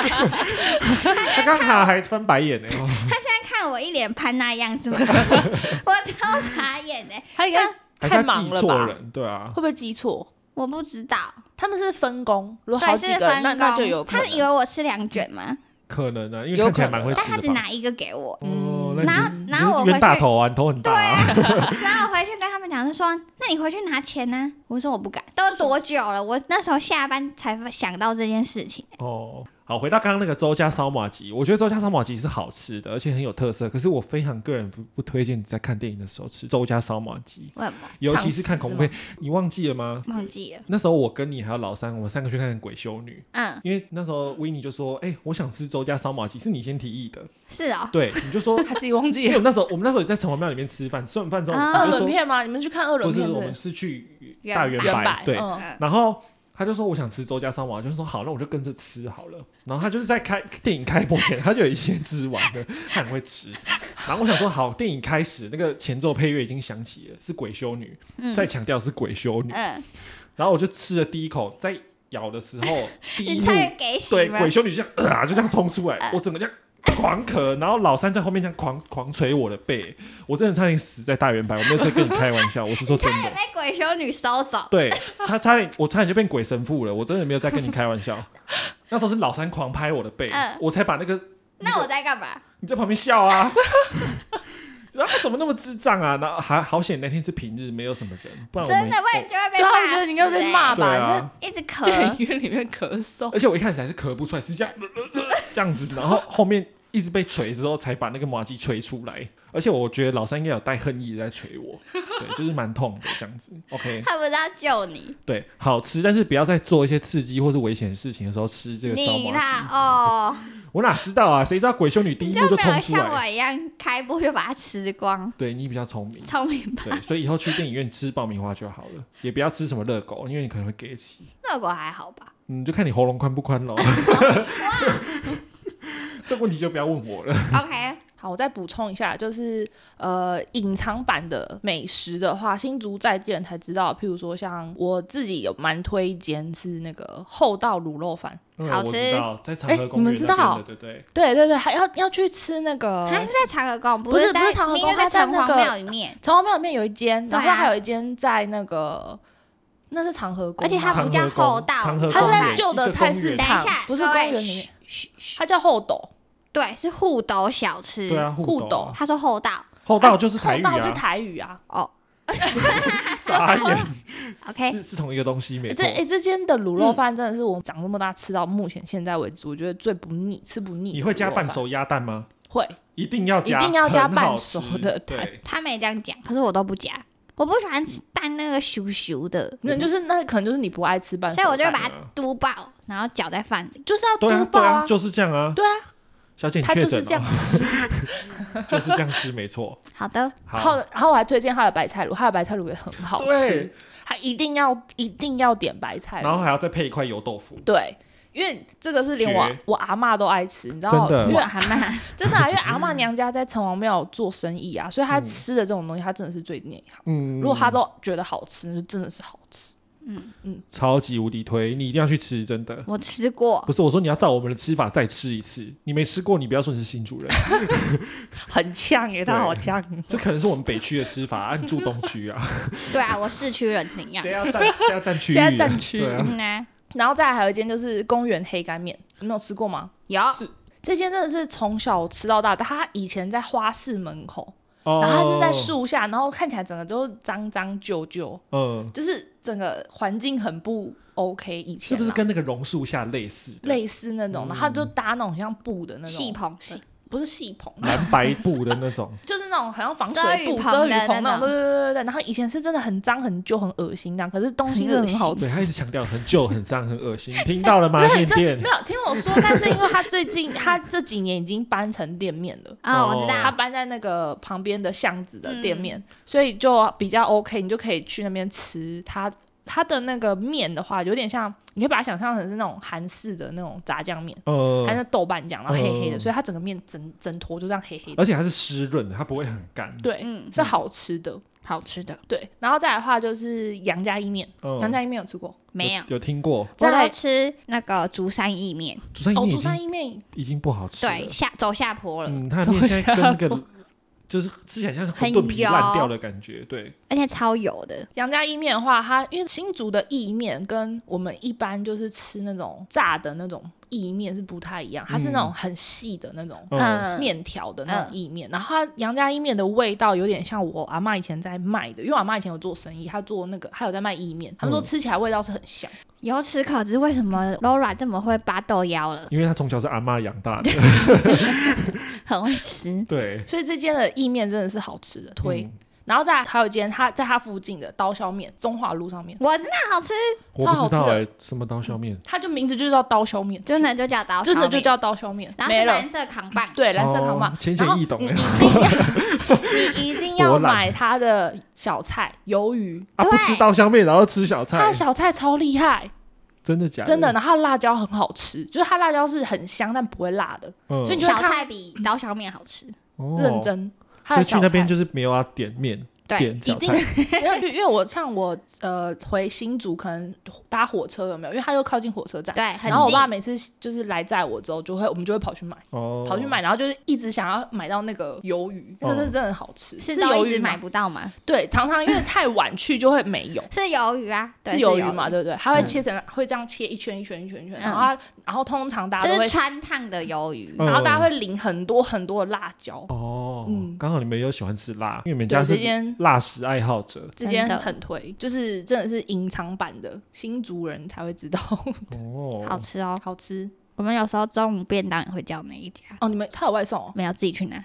Speaker 1: 他刚才还翻白眼呢。哦
Speaker 2: [LAUGHS] 他现在看我一脸潘那样子吗？我超傻眼哎、
Speaker 3: 他应该
Speaker 1: 还是
Speaker 3: 太
Speaker 1: 他
Speaker 3: 忙
Speaker 1: 记
Speaker 3: 了
Speaker 1: 错
Speaker 3: 吧？
Speaker 1: 人？对啊
Speaker 3: 会，不会记错？
Speaker 2: 我不知道，
Speaker 3: 他们是分工，如果好
Speaker 2: 对，
Speaker 3: 几
Speaker 2: 是
Speaker 3: 个人，
Speaker 2: 分
Speaker 3: 那
Speaker 2: 工。
Speaker 3: 那就有可
Speaker 2: 他
Speaker 3: 能。
Speaker 2: 以为我吃两卷嘛，
Speaker 1: 可能啊，因为
Speaker 3: 有
Speaker 1: 看起来
Speaker 3: 可能
Speaker 1: 蛮会
Speaker 3: 啊
Speaker 2: 但他
Speaker 1: 吃
Speaker 2: 只
Speaker 1: 的吧。
Speaker 2: 拿一个给我，
Speaker 1: 哦，那
Speaker 2: 然后
Speaker 1: 你就
Speaker 2: 然
Speaker 1: 你
Speaker 2: 后
Speaker 1: 就
Speaker 2: 我
Speaker 1: 冤
Speaker 2: 回
Speaker 1: 大
Speaker 2: 去
Speaker 1: 头啊，你头很大啊。
Speaker 2: 然后我回去跟他们讲，就说：“那你回去拿钱呢、我说：“我不敢，都多久了？我那时候下班才想到这件事情。
Speaker 1: 哦，好，回到刚刚那个周家烧马鸡，我觉得周家烧马鸡是好吃的，而且很有特色。可是我非常个人不不推荐你在看电影的时候吃周家烧马鸡，
Speaker 2: 为什么？
Speaker 1: 尤其是看恐怖片。你忘记了吗？
Speaker 2: 忘记了。
Speaker 1: 那时候我跟你还有老三，我们三个去看《鬼修女
Speaker 2: 嗯》，，
Speaker 1: 因为那时候维尼就说：“哎、我想吃周家烧马鸡，是你先提议的。
Speaker 2: 是哦”，
Speaker 1: 对，你就
Speaker 3: [LAUGHS]
Speaker 1: 说，
Speaker 3: 他自己忘
Speaker 1: 因
Speaker 3: 记
Speaker 1: 为我
Speaker 3: 了
Speaker 1: 们那时候我们那时候也在城隍庙里面吃饭，吃完饭之后
Speaker 2: 啊
Speaker 3: 二
Speaker 1: 你就
Speaker 3: 轮
Speaker 1: 说，
Speaker 3: 片吗？你们去看二轮
Speaker 1: 不是，
Speaker 3: 片
Speaker 1: 我
Speaker 3: 是
Speaker 1: 们是去大圆
Speaker 2: 圆
Speaker 3: 原
Speaker 1: 白
Speaker 3: 版
Speaker 1: 对，
Speaker 3: 嗯
Speaker 2: 嗯
Speaker 1: 然后他就说我想吃周家烧马，我就说好，那我就跟着吃好了。然后他就是在开电影开播前，他就有一些吃完的，他很会吃。然后我想说好，电影开始那个前奏配乐已经响起了，是鬼修女，
Speaker 2: 嗯
Speaker 1: 再强调是鬼修女。
Speaker 2: 嗯，
Speaker 1: 然后我就吃了第一口，在咬的时
Speaker 2: [LAUGHS]
Speaker 1: 候，第一
Speaker 2: 你
Speaker 1: 幕
Speaker 2: 差点给洗
Speaker 1: 对
Speaker 2: 吗？
Speaker 1: 鬼修女就这样啊、就这样冲出
Speaker 2: 呃
Speaker 1: 来，我整个这样。狂咳，然后老三在后面这样狂狂捶我的背，我真的差点死在大圆白，我没有在跟你开玩笑，我是说真的。
Speaker 2: [LAUGHS] 被哎鬼修女收走。
Speaker 1: 对，差差点，我差点就变鬼神父了，我真的没有在跟你开玩
Speaker 2: [LAUGHS]
Speaker 1: 笑。那时候是老三狂拍我的背，
Speaker 2: 嗯
Speaker 1: 我才把那个
Speaker 2: 那我在干嘛？
Speaker 1: 你在旁边笑啊， [LAUGHS] 然后怎么那么智障啊？然后还好险那天是平日，没有什么人，不然我
Speaker 2: 真
Speaker 1: 们
Speaker 2: 的，我也就会被
Speaker 3: 对啊，
Speaker 2: 骂
Speaker 3: 我
Speaker 2: 死、
Speaker 3: 觉得你应该被骂
Speaker 2: 欸
Speaker 1: 对
Speaker 3: 吧？
Speaker 1: 啊
Speaker 3: 你
Speaker 2: 一直
Speaker 3: [LAUGHS] [LAUGHS] 在电
Speaker 2: 咳。
Speaker 3: 影院里面咳嗽，
Speaker 1: [LAUGHS] 而且我一开始还是咳不出来，
Speaker 2: [LAUGHS]
Speaker 1: 是这样这样子，然后后面一直被锤之后，才把那个麻鸡锤出来。而且我觉得老三应该有带恨意在锤我，
Speaker 2: [LAUGHS]
Speaker 1: 对，就是蛮痛的这样子。OK，
Speaker 2: 他不是要救你，
Speaker 1: 对，好吃，但是不要在做一些刺激或是危险的事情的时候吃这个烧
Speaker 2: 你
Speaker 1: 麻鸡
Speaker 2: 啦。哦，
Speaker 1: 我哪知道啊？谁知道鬼修女第一
Speaker 2: 你
Speaker 1: 幕就
Speaker 2: 没有
Speaker 1: 冲出
Speaker 2: 像
Speaker 1: 来？
Speaker 2: 我一样开播就把它吃光，
Speaker 1: 对你比较聪明，
Speaker 2: 聪明吧？
Speaker 1: 对，所以以后去电影院吃爆米花就好了，也不要吃什么热狗，因为你可能会给起。
Speaker 2: 那我还好
Speaker 3: [LAUGHS]
Speaker 2: 吧？
Speaker 1: 嗯，就看你喉咙宽不宽
Speaker 2: [LAUGHS]
Speaker 1: [LAUGHS] 喽。这个问题就不要问我了。
Speaker 2: OK，
Speaker 3: 好，我再补充一下，就是呃，隐藏版的美食的话，新竹在地人才知道。譬如说，像我自己有蛮推一间是那个厚道卤肉饭，
Speaker 1: 嗯
Speaker 2: 好
Speaker 1: 我
Speaker 2: 吃
Speaker 1: 知道，在长
Speaker 3: 哎
Speaker 1: 河
Speaker 3: 你
Speaker 1: 公
Speaker 3: 们
Speaker 1: 园
Speaker 3: 知
Speaker 1: 那边
Speaker 3: 道
Speaker 1: 的，对不对？
Speaker 3: 对对对，还要要去吃那个
Speaker 2: 他是在长河宫，
Speaker 3: 不是
Speaker 2: 在
Speaker 3: 不是长河宫
Speaker 2: 明明
Speaker 3: 他
Speaker 2: 在
Speaker 3: 在
Speaker 2: 城
Speaker 3: 那个
Speaker 2: 隍庙里面，
Speaker 3: 城隍庙里面有一间，然后
Speaker 2: 对啊
Speaker 3: 还有一间在那个那是长河宫
Speaker 2: 而且
Speaker 3: 吗，
Speaker 2: 它不叫厚道
Speaker 1: 长河
Speaker 3: 它
Speaker 1: 公
Speaker 3: 是
Speaker 1: 园
Speaker 3: 在旧的菜市
Speaker 1: 一个公
Speaker 2: 等
Speaker 1: 园
Speaker 3: 场
Speaker 2: 一下，
Speaker 3: 不是
Speaker 2: 各位
Speaker 3: 公园里面，
Speaker 2: 嘘嘘嘘
Speaker 3: 它叫厚斗，
Speaker 2: 对，是互斗小吃。
Speaker 1: 对啊，
Speaker 3: 互
Speaker 1: 斗
Speaker 3: 斗
Speaker 1: 啊，
Speaker 2: 他说厚道
Speaker 1: 厚道就是台
Speaker 3: 厚
Speaker 1: 语
Speaker 3: 道就
Speaker 1: 啊，
Speaker 3: 台语啊。
Speaker 1: 傻眼，
Speaker 2: ，OK，
Speaker 1: 是是同一个东西，没
Speaker 3: 欸
Speaker 1: 错
Speaker 3: 这。哎这间的卤
Speaker 2: 嗯
Speaker 3: 肉饭真的是我长这么大吃到目前现在为止，我觉得最不腻，吃不腻的卤肉饭。
Speaker 1: 你会加半熟鸭蛋吗？
Speaker 3: 会，
Speaker 1: 一定要加，
Speaker 3: 一定要加
Speaker 1: 很好
Speaker 3: 半熟
Speaker 1: 吃
Speaker 3: 的蛋
Speaker 1: 对，
Speaker 2: 他没这样讲，可是我都不加，我不喜欢吃蛋那个熟熟的，
Speaker 1: 嗯
Speaker 3: 那就是那可能就是你不爱吃半熟
Speaker 2: 所以
Speaker 3: 蛋，
Speaker 2: 我就会把它嘟爆，然后搅在饭里。
Speaker 3: 就是要
Speaker 1: 啊对啊，
Speaker 3: 多爆
Speaker 1: 对啊，就是这样啊。
Speaker 3: 对啊，
Speaker 1: 小姐，你
Speaker 3: 它
Speaker 1: 确
Speaker 3: 就是
Speaker 1: 诊
Speaker 3: 这样
Speaker 1: 了，。 [LAUGHS] 就是这样吃，没错。
Speaker 2: 好的，
Speaker 3: 然后，然后我还推荐它的白菜卤，它的白菜卤也很好
Speaker 1: 对
Speaker 3: 吃，它一定要一定要点白菜
Speaker 1: 然
Speaker 3: 卤，
Speaker 1: 后还要再配一块油豆腐，
Speaker 3: 对。因为这个是连我
Speaker 1: 绝
Speaker 3: 我阿嬷都爱吃，你知道吗？
Speaker 1: 真的
Speaker 3: 因
Speaker 2: 我
Speaker 3: 为
Speaker 2: 还蛮
Speaker 3: [LAUGHS] 真的、啊，因为阿嬷娘家在城隍庙做生意啊，所以她
Speaker 1: 嗯
Speaker 3: 吃的这种东西，她真的是最内行。
Speaker 1: 嗯
Speaker 3: 如果她都觉得好吃，那就真的是好吃。
Speaker 1: 超级无敌推，你一定要去吃，真的。
Speaker 2: 我吃
Speaker 3: [LAUGHS]
Speaker 2: 过，
Speaker 1: 不是我说你要照我们的吃法再吃一次，你没吃过，你不要说你是新主人，
Speaker 3: 很呛耶，
Speaker 1: 它好
Speaker 3: 呛。 [LAUGHS]
Speaker 1: 这可能是我们北区的吃法，啊，你住东区啊，
Speaker 2: 对啊，我市区人怎样
Speaker 1: 现？在要占现在要占区域，
Speaker 3: 现在占区域
Speaker 1: 对啊，
Speaker 2: 嗯啊，
Speaker 3: 然后再来还有一间就是公园黑干面，你没有吃过吗？
Speaker 2: 有
Speaker 1: 是
Speaker 3: 这间真的是从小吃到大，它以前在花市门口，
Speaker 1: 哦
Speaker 3: 然后它是在，树下，然后看起来整个都脏脏旧旧，
Speaker 1: 嗯，
Speaker 3: 就是整个环境很不 OK。以前
Speaker 1: 是
Speaker 3: 啊
Speaker 1: 不是跟那个榕树下类似的？
Speaker 3: 类似那种？然后它就搭那种像布的那种
Speaker 2: 戏棚戏，
Speaker 3: 不是戏棚，
Speaker 1: 蓝白布的那
Speaker 3: [LAUGHS]
Speaker 1: 种，
Speaker 3: 就是那种好像防
Speaker 2: 遮
Speaker 3: 水
Speaker 2: 雨
Speaker 3: 布、
Speaker 2: 棚
Speaker 3: 遮雨
Speaker 2: 的
Speaker 3: 棚
Speaker 2: 那
Speaker 3: 那
Speaker 2: 种
Speaker 3: 种，对对对对对。然后以前是真的很脏、很旧、很恶心那样，可是东西
Speaker 2: 很
Speaker 3: 是
Speaker 2: 恶
Speaker 3: 很好
Speaker 1: 对
Speaker 3: 吃。
Speaker 1: 他一直强调很旧、很脏、很恶心，听到了
Speaker 3: [LAUGHS]
Speaker 1: 吗？
Speaker 3: 没有
Speaker 1: 念
Speaker 3: 这
Speaker 1: 念
Speaker 3: 没，有听我说，但是因为它最近它这几年已经搬成店面了。
Speaker 2: 啊，我知
Speaker 1: 哦
Speaker 3: 他
Speaker 2: 道，
Speaker 3: 搬在那个旁边的巷子的店
Speaker 2: 嗯
Speaker 3: 面，所以就比较 OK，你就可以去那边吃它。它的那个面的话，有点像，你可以把它想象成是那种韩式的那种炸酱面，它
Speaker 1: 呃，
Speaker 3: 是豆瓣酱，然后黑黑的，
Speaker 1: 嗯
Speaker 3: 所以它整个面整整坨就这样黑黑的，
Speaker 1: 而且它是湿润的，它不会很干，
Speaker 3: 对，
Speaker 2: 嗯，
Speaker 3: 是好吃的，
Speaker 2: 好吃的
Speaker 3: 对。然后再来的话就是杨家意面，
Speaker 1: 嗯
Speaker 3: 杨家意面有吃过？
Speaker 2: 没有，
Speaker 1: 有听过，
Speaker 2: 我
Speaker 3: 再来
Speaker 2: 都吃那个竹山意面，
Speaker 1: 竹山意
Speaker 3: 哦，
Speaker 1: 面已
Speaker 3: 竹山
Speaker 1: 经
Speaker 3: 意面
Speaker 1: 已经不好吃了
Speaker 2: 对，，下走下坡了，
Speaker 3: [LAUGHS]
Speaker 1: 嗯，它的面现在跟那个就是吃起来像是馄
Speaker 2: 很
Speaker 1: 饨皮烂
Speaker 2: 油
Speaker 1: 掉的感觉。对，
Speaker 2: 而且超油的，
Speaker 3: 杨家意面的话，它因为新竹的意面跟我们一般就是吃那种炸的那种意面是不太一样，它是那种很细的那种。
Speaker 1: 嗯，
Speaker 3: 面条的那种意面，然后它杨家意面的味道有点像我阿妈以前在卖的，因为我阿妈以前有做生意，她做那个，她有在卖意面，他们说
Speaker 1: 嗯
Speaker 3: 吃起来味道是很像。
Speaker 2: 以后吃可知为什么 Laura 这么会拔豆腰了， [LAUGHS]
Speaker 1: 因为他从小是阿妈养大
Speaker 3: [LAUGHS]
Speaker 1: 的。
Speaker 2: 很会吃。
Speaker 1: 对，
Speaker 3: 所以这间的意面真的是好吃的，推。
Speaker 1: 嗯
Speaker 3: 然后再还有一间，它在它附近的刀削面，中华路上面，
Speaker 2: 我真的好吃，
Speaker 1: 我
Speaker 3: 超
Speaker 1: 不
Speaker 3: 好
Speaker 1: 知道
Speaker 3: 吃的
Speaker 1: 哎，什么刀削面？
Speaker 3: 它就名字就叫刀削面，
Speaker 2: 真的就叫刀，
Speaker 3: 真的就，叫刀削面，
Speaker 2: 然后
Speaker 3: 没
Speaker 2: 是
Speaker 3: 了
Speaker 2: 蓝。色扛棒，
Speaker 3: 对，蓝色糖嘛
Speaker 1: 哦，浅显
Speaker 3: 然后嗯
Speaker 1: 易懂
Speaker 3: 你
Speaker 1: 欸
Speaker 3: 一定要，你一定要
Speaker 1: 我懒
Speaker 3: 买它的小菜鱿鱼，
Speaker 1: [LAUGHS] 啊，不吃
Speaker 2: 对
Speaker 1: 刀削面，然后吃小
Speaker 3: 它
Speaker 1: 菜
Speaker 3: 的，小菜超厉害，
Speaker 1: 真的假的？
Speaker 3: 真的。，然后它的辣椒很好吃，就是它辣椒是很香但不会辣的，
Speaker 1: 嗯
Speaker 3: 所以你就会
Speaker 2: 小
Speaker 3: 看
Speaker 2: 菜比刀削面好吃。
Speaker 1: 哦
Speaker 3: 认真。
Speaker 1: 所
Speaker 3: 它的
Speaker 1: 以去
Speaker 3: 小
Speaker 1: 那
Speaker 3: 菜
Speaker 1: 边就是没有要点面，
Speaker 2: 对
Speaker 1: 点
Speaker 3: 一
Speaker 1: 小
Speaker 3: 定
Speaker 1: 菜，
Speaker 3: [LAUGHS] 因为因为我像我呃回新竹可能搭火车有没有？因为它又靠近火车站，
Speaker 2: 对，很
Speaker 3: 然后我
Speaker 2: 近
Speaker 3: 爸每次就是来载我之后，就会我们就会跑去买，
Speaker 1: 哦，
Speaker 3: 跑去买，然后就是一直想要买到那个鱿鱼，那个是真的好吃，
Speaker 2: 是到
Speaker 3: 鱿
Speaker 2: 一
Speaker 3: 鱼
Speaker 2: 直
Speaker 3: 吗
Speaker 2: 买不到吗？
Speaker 3: 对，常常因为太晚去就会没有。
Speaker 2: 是鱿鱼啊，对
Speaker 3: 是鱿鱼嘛，，对不对？它会
Speaker 1: 嗯
Speaker 3: 切成，会这样切一圈一圈一圈一圈，
Speaker 2: 嗯
Speaker 3: 然后它然后通常大家
Speaker 2: 就
Speaker 3: 都会
Speaker 2: 是，川烫的鱿鱼。
Speaker 1: 嗯
Speaker 3: 然后大家会淋很多很多的辣椒。
Speaker 1: 哦，
Speaker 3: 嗯
Speaker 1: 刚好你们也有喜欢吃辣，因为你们家
Speaker 3: 对，
Speaker 1: 是
Speaker 3: 这间
Speaker 1: 辣食爱好者，
Speaker 3: 这间
Speaker 2: 真的
Speaker 3: 很推，就是真的是隐藏版的新族人才会知道， [LAUGHS] 嗯
Speaker 1: 哦，？
Speaker 2: 好吃哦，
Speaker 3: 好吃
Speaker 2: 我们有时候中午便当也会叫那一家，，
Speaker 3: 哦！你们它有外送哦
Speaker 2: 没有自己去拿，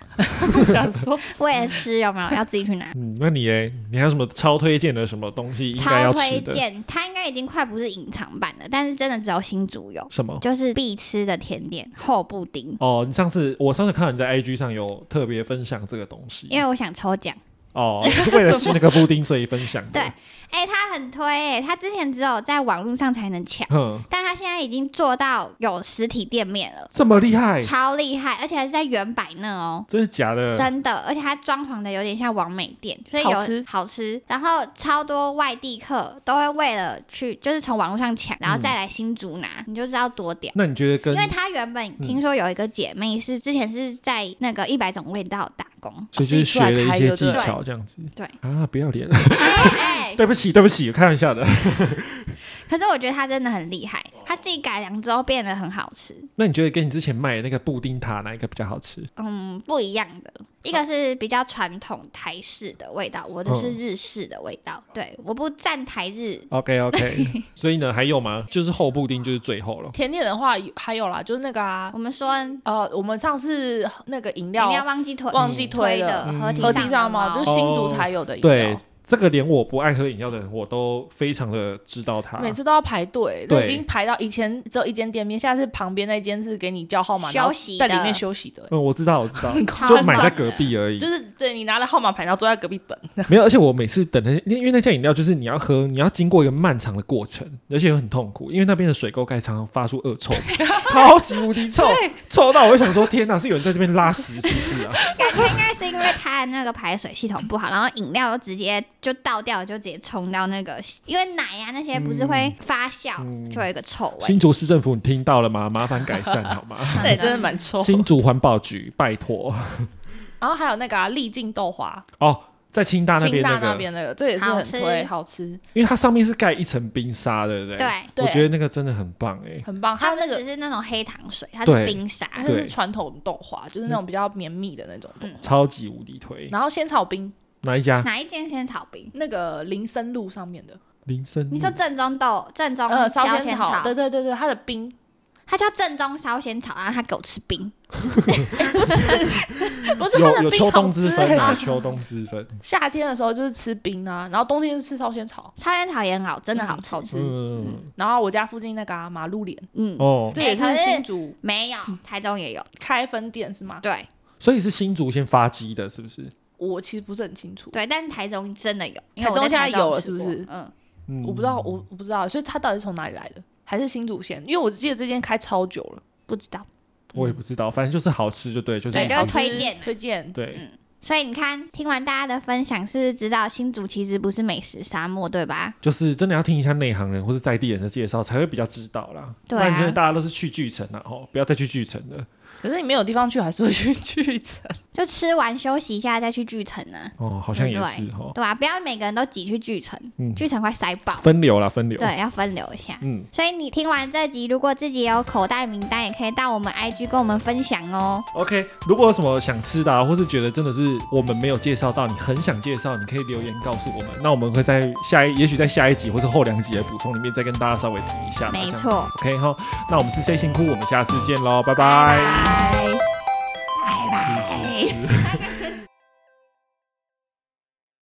Speaker 3: 想说
Speaker 2: 为了吃有没有要自己去拿
Speaker 1: 嗯，那你诶，你还有什么超推荐的什么东西应该
Speaker 2: 超
Speaker 1: 要吃
Speaker 2: 推
Speaker 1: 的？
Speaker 2: 荐，它应该已经快不是隐藏版了，但是真的只有新竹有，
Speaker 1: 什么？
Speaker 2: 就是必吃的甜点厚布丁，
Speaker 1: 哦，你上次我上次看到你在 IG 上有特别分享这个东西，
Speaker 2: 因为我想抽奖。
Speaker 3: [LAUGHS]
Speaker 1: 哦，你是为了吃那个布丁所以分享的。
Speaker 2: 对，哎、它很推、欸，它之前只有在网络上才能抢，
Speaker 1: 哼，
Speaker 2: 但它现在已经做到有实体店面了，
Speaker 1: 这么厉害，
Speaker 2: 超厉害，而且还是在原百那哦。
Speaker 1: 真的假的？
Speaker 2: 真的，而且它装潢的有点像完美店，所以有
Speaker 3: 好吃
Speaker 2: 然后超多外地客都会为了去，就是从网络上抢，然后再来新竹拿，你就知道多屌。
Speaker 1: 那你觉得跟嗯
Speaker 2: 因为她原本听说有一个姐妹是之前是在那个一百种味道打工，
Speaker 1: 所以就是学了一些技
Speaker 2: 自己出来开
Speaker 1: 巧这样子？
Speaker 2: 对
Speaker 1: 啊，不要脸，
Speaker 2: 哎、哎
Speaker 1: [LAUGHS] 对不起，对不起，开玩笑的。
Speaker 2: 可是我觉得她真的很厉害，她自己改良之后变得很好吃，
Speaker 1: 那你觉得跟你之前卖的那个布丁塔哪一个比较好吃？
Speaker 2: 嗯，不一样的。一个是比较传统台式的味道，我的是
Speaker 1: 嗯
Speaker 2: 日式的味道。对，我不站台日，
Speaker 1: OK
Speaker 2: [LAUGHS]
Speaker 1: OK，所以呢还有吗？就是厚布丁就是最后了。
Speaker 3: 甜点的话，有还有啦，就是那个啊
Speaker 2: 我，们说饮
Speaker 3: 呃，我们上次那个饮料
Speaker 2: 料忘记推
Speaker 3: 忘记推
Speaker 2: 推
Speaker 3: 了
Speaker 2: 的
Speaker 1: 嗯哦
Speaker 2: 合体
Speaker 3: 和地上
Speaker 2: 上
Speaker 3: 猫，
Speaker 2: 猫，
Speaker 3: 就是新竹才有的饮
Speaker 1: 对
Speaker 3: 料，，
Speaker 1: 这个连我不爱喝饮料的人我都非常的知道它。
Speaker 3: 每次都要排队，都
Speaker 1: 对
Speaker 3: 已经排到以前只有一间店面，现在是旁边那间是给你叫号码，然后
Speaker 2: 休息
Speaker 3: 在
Speaker 2: 的
Speaker 3: 里面休息的，
Speaker 1: 嗯，我知道，我知道，
Speaker 2: 超
Speaker 1: 就买在
Speaker 2: 爽
Speaker 1: 隔壁而已
Speaker 3: 就。是对你拿了号码牌，然后坐在隔壁等。
Speaker 1: 没有，而且我每次等那，因为那家饮料就是你要喝，你要经过一个漫长的过程，而且很痛苦，因为那边的水沟盖常常发出恶
Speaker 3: [LAUGHS]
Speaker 1: 臭，
Speaker 3: 啊
Speaker 1: 超级无敌臭，臭到我就想说，天哪，是有人在这边拉屎是不是
Speaker 3: [LAUGHS]
Speaker 1: 啊？
Speaker 2: 感觉应该是因为它的那个排水系统不好，然后饮料直接就倒掉，就直接冲到那个，因为奶呀、那些不是会发酵，
Speaker 1: 嗯
Speaker 2: 就有一个臭味。
Speaker 1: 新竹市政府，你听到了吗？麻烦改善好吗？
Speaker 3: [LAUGHS] 那也真的蛮臭。
Speaker 1: 新竹环保局，拜托
Speaker 3: 然后还有那个啊，丽镜豆花，
Speaker 1: 哦，在清大那
Speaker 3: 清
Speaker 1: 边
Speaker 3: 大
Speaker 1: 那
Speaker 3: 那
Speaker 1: 个，
Speaker 3: 边那个，这也是很推，好吃，
Speaker 1: 因为它上面是盖一层冰沙，对不对？
Speaker 2: 对，
Speaker 3: 对
Speaker 1: 我觉得那个真的很棒哎、
Speaker 3: 很棒。还
Speaker 2: 它
Speaker 3: 有
Speaker 2: 不
Speaker 3: 那
Speaker 2: 是
Speaker 3: 个
Speaker 2: 只是那种黑糖水，它
Speaker 1: 对
Speaker 2: 是冰沙。
Speaker 3: 它
Speaker 1: 对
Speaker 3: 是传统豆花，就是那种比较绵密的那种。
Speaker 1: 超级无敌推。
Speaker 3: 然后仙草冰，
Speaker 1: 哪一家？
Speaker 2: 哪一间仙草冰？
Speaker 3: 那个林森路上面的，
Speaker 1: 林森路。
Speaker 2: 你说正宗豆正宗
Speaker 3: 呃，烧
Speaker 2: 烧
Speaker 3: 仙
Speaker 2: 草
Speaker 3: 草，，对对对对，它的冰
Speaker 2: 它叫正宗烧仙草，然后它给我吃冰，
Speaker 3: [LAUGHS] 不是它
Speaker 1: 有
Speaker 3: 的
Speaker 1: 有
Speaker 3: 冰
Speaker 1: 秋
Speaker 3: 好
Speaker 1: 冬之
Speaker 3: 吃
Speaker 1: 分
Speaker 3: 欸。
Speaker 1: 啊，秋冬之分。
Speaker 3: [LAUGHS] 夏天的时候就是吃冰啊，然后冬天就吃烧仙草，
Speaker 2: 烧仙草也很好，真的好
Speaker 3: 嗯
Speaker 2: 吃。
Speaker 3: 好吃。
Speaker 1: 嗯，
Speaker 3: 然后我家附近那个啊马路脸，
Speaker 2: 嗯，
Speaker 1: 哦，
Speaker 3: 这也
Speaker 2: 可
Speaker 3: 哎是
Speaker 2: 是
Speaker 3: 新竹
Speaker 2: 没有，台中也有。
Speaker 3: 开分店是吗？
Speaker 2: 对
Speaker 1: 所以是新竹先发鸡的，是不是？
Speaker 3: 我其实不是很清楚，
Speaker 2: 对，但是台中真的有，因
Speaker 3: 台
Speaker 2: 为
Speaker 3: 中
Speaker 2: 我在
Speaker 3: 现在
Speaker 2: 台中
Speaker 3: 有了
Speaker 2: 吃
Speaker 3: 是不
Speaker 2: 过
Speaker 3: 是
Speaker 2: 嗯，
Speaker 1: 嗯
Speaker 3: 我不知道，我我不知道，所以它到底是从哪里来的？还是新竹县？因为我记得这间开超久了。
Speaker 2: 不知道。
Speaker 1: 我也不知道，反正就是好吃就对，就是
Speaker 2: 嗯对
Speaker 1: 好
Speaker 2: 就
Speaker 1: 吃
Speaker 2: 是推荐嗯
Speaker 3: 推荐。
Speaker 1: 对，
Speaker 2: 所以你看，听完大家的分享，是不是知道新竹其实不是美食沙漠，对吧？
Speaker 1: 就是真的要听一下内行人或是在地人的介绍，才会比较知道啦。
Speaker 2: 对啊
Speaker 1: 不然真的大家都是去巨城啊，哦，不要再去巨城了，
Speaker 3: 可是你没有地方去，还是会去去城。
Speaker 2: 就吃完休息一下再去巨城啊，
Speaker 1: 哦，好像也
Speaker 2: 对
Speaker 1: 是哦，
Speaker 2: 对吧、不要每个人都挤去巨城，
Speaker 1: 嗯，
Speaker 2: 巨城快塞爆，
Speaker 1: 分流啦，分流，
Speaker 2: 对，要分流一下。
Speaker 1: 嗯，
Speaker 2: 所以你听完这集，如果自己有口袋名单，也可以到我们 IG 跟我们分享哦。
Speaker 1: OK，如果有什么想吃的、啊，或是觉得真的是我们没有介绍到，你很想介绍，你可以留言告诉我们，那我们会在下一，也许在下一集或是后两集的补充里面再跟大家稍微提一下。
Speaker 2: 没
Speaker 1: 这样
Speaker 2: 错。
Speaker 1: ，OK 哈，那我们是 C 辛苦，我们下次见喽，拜拜。
Speaker 2: 拜拜
Speaker 1: 吃吃吃。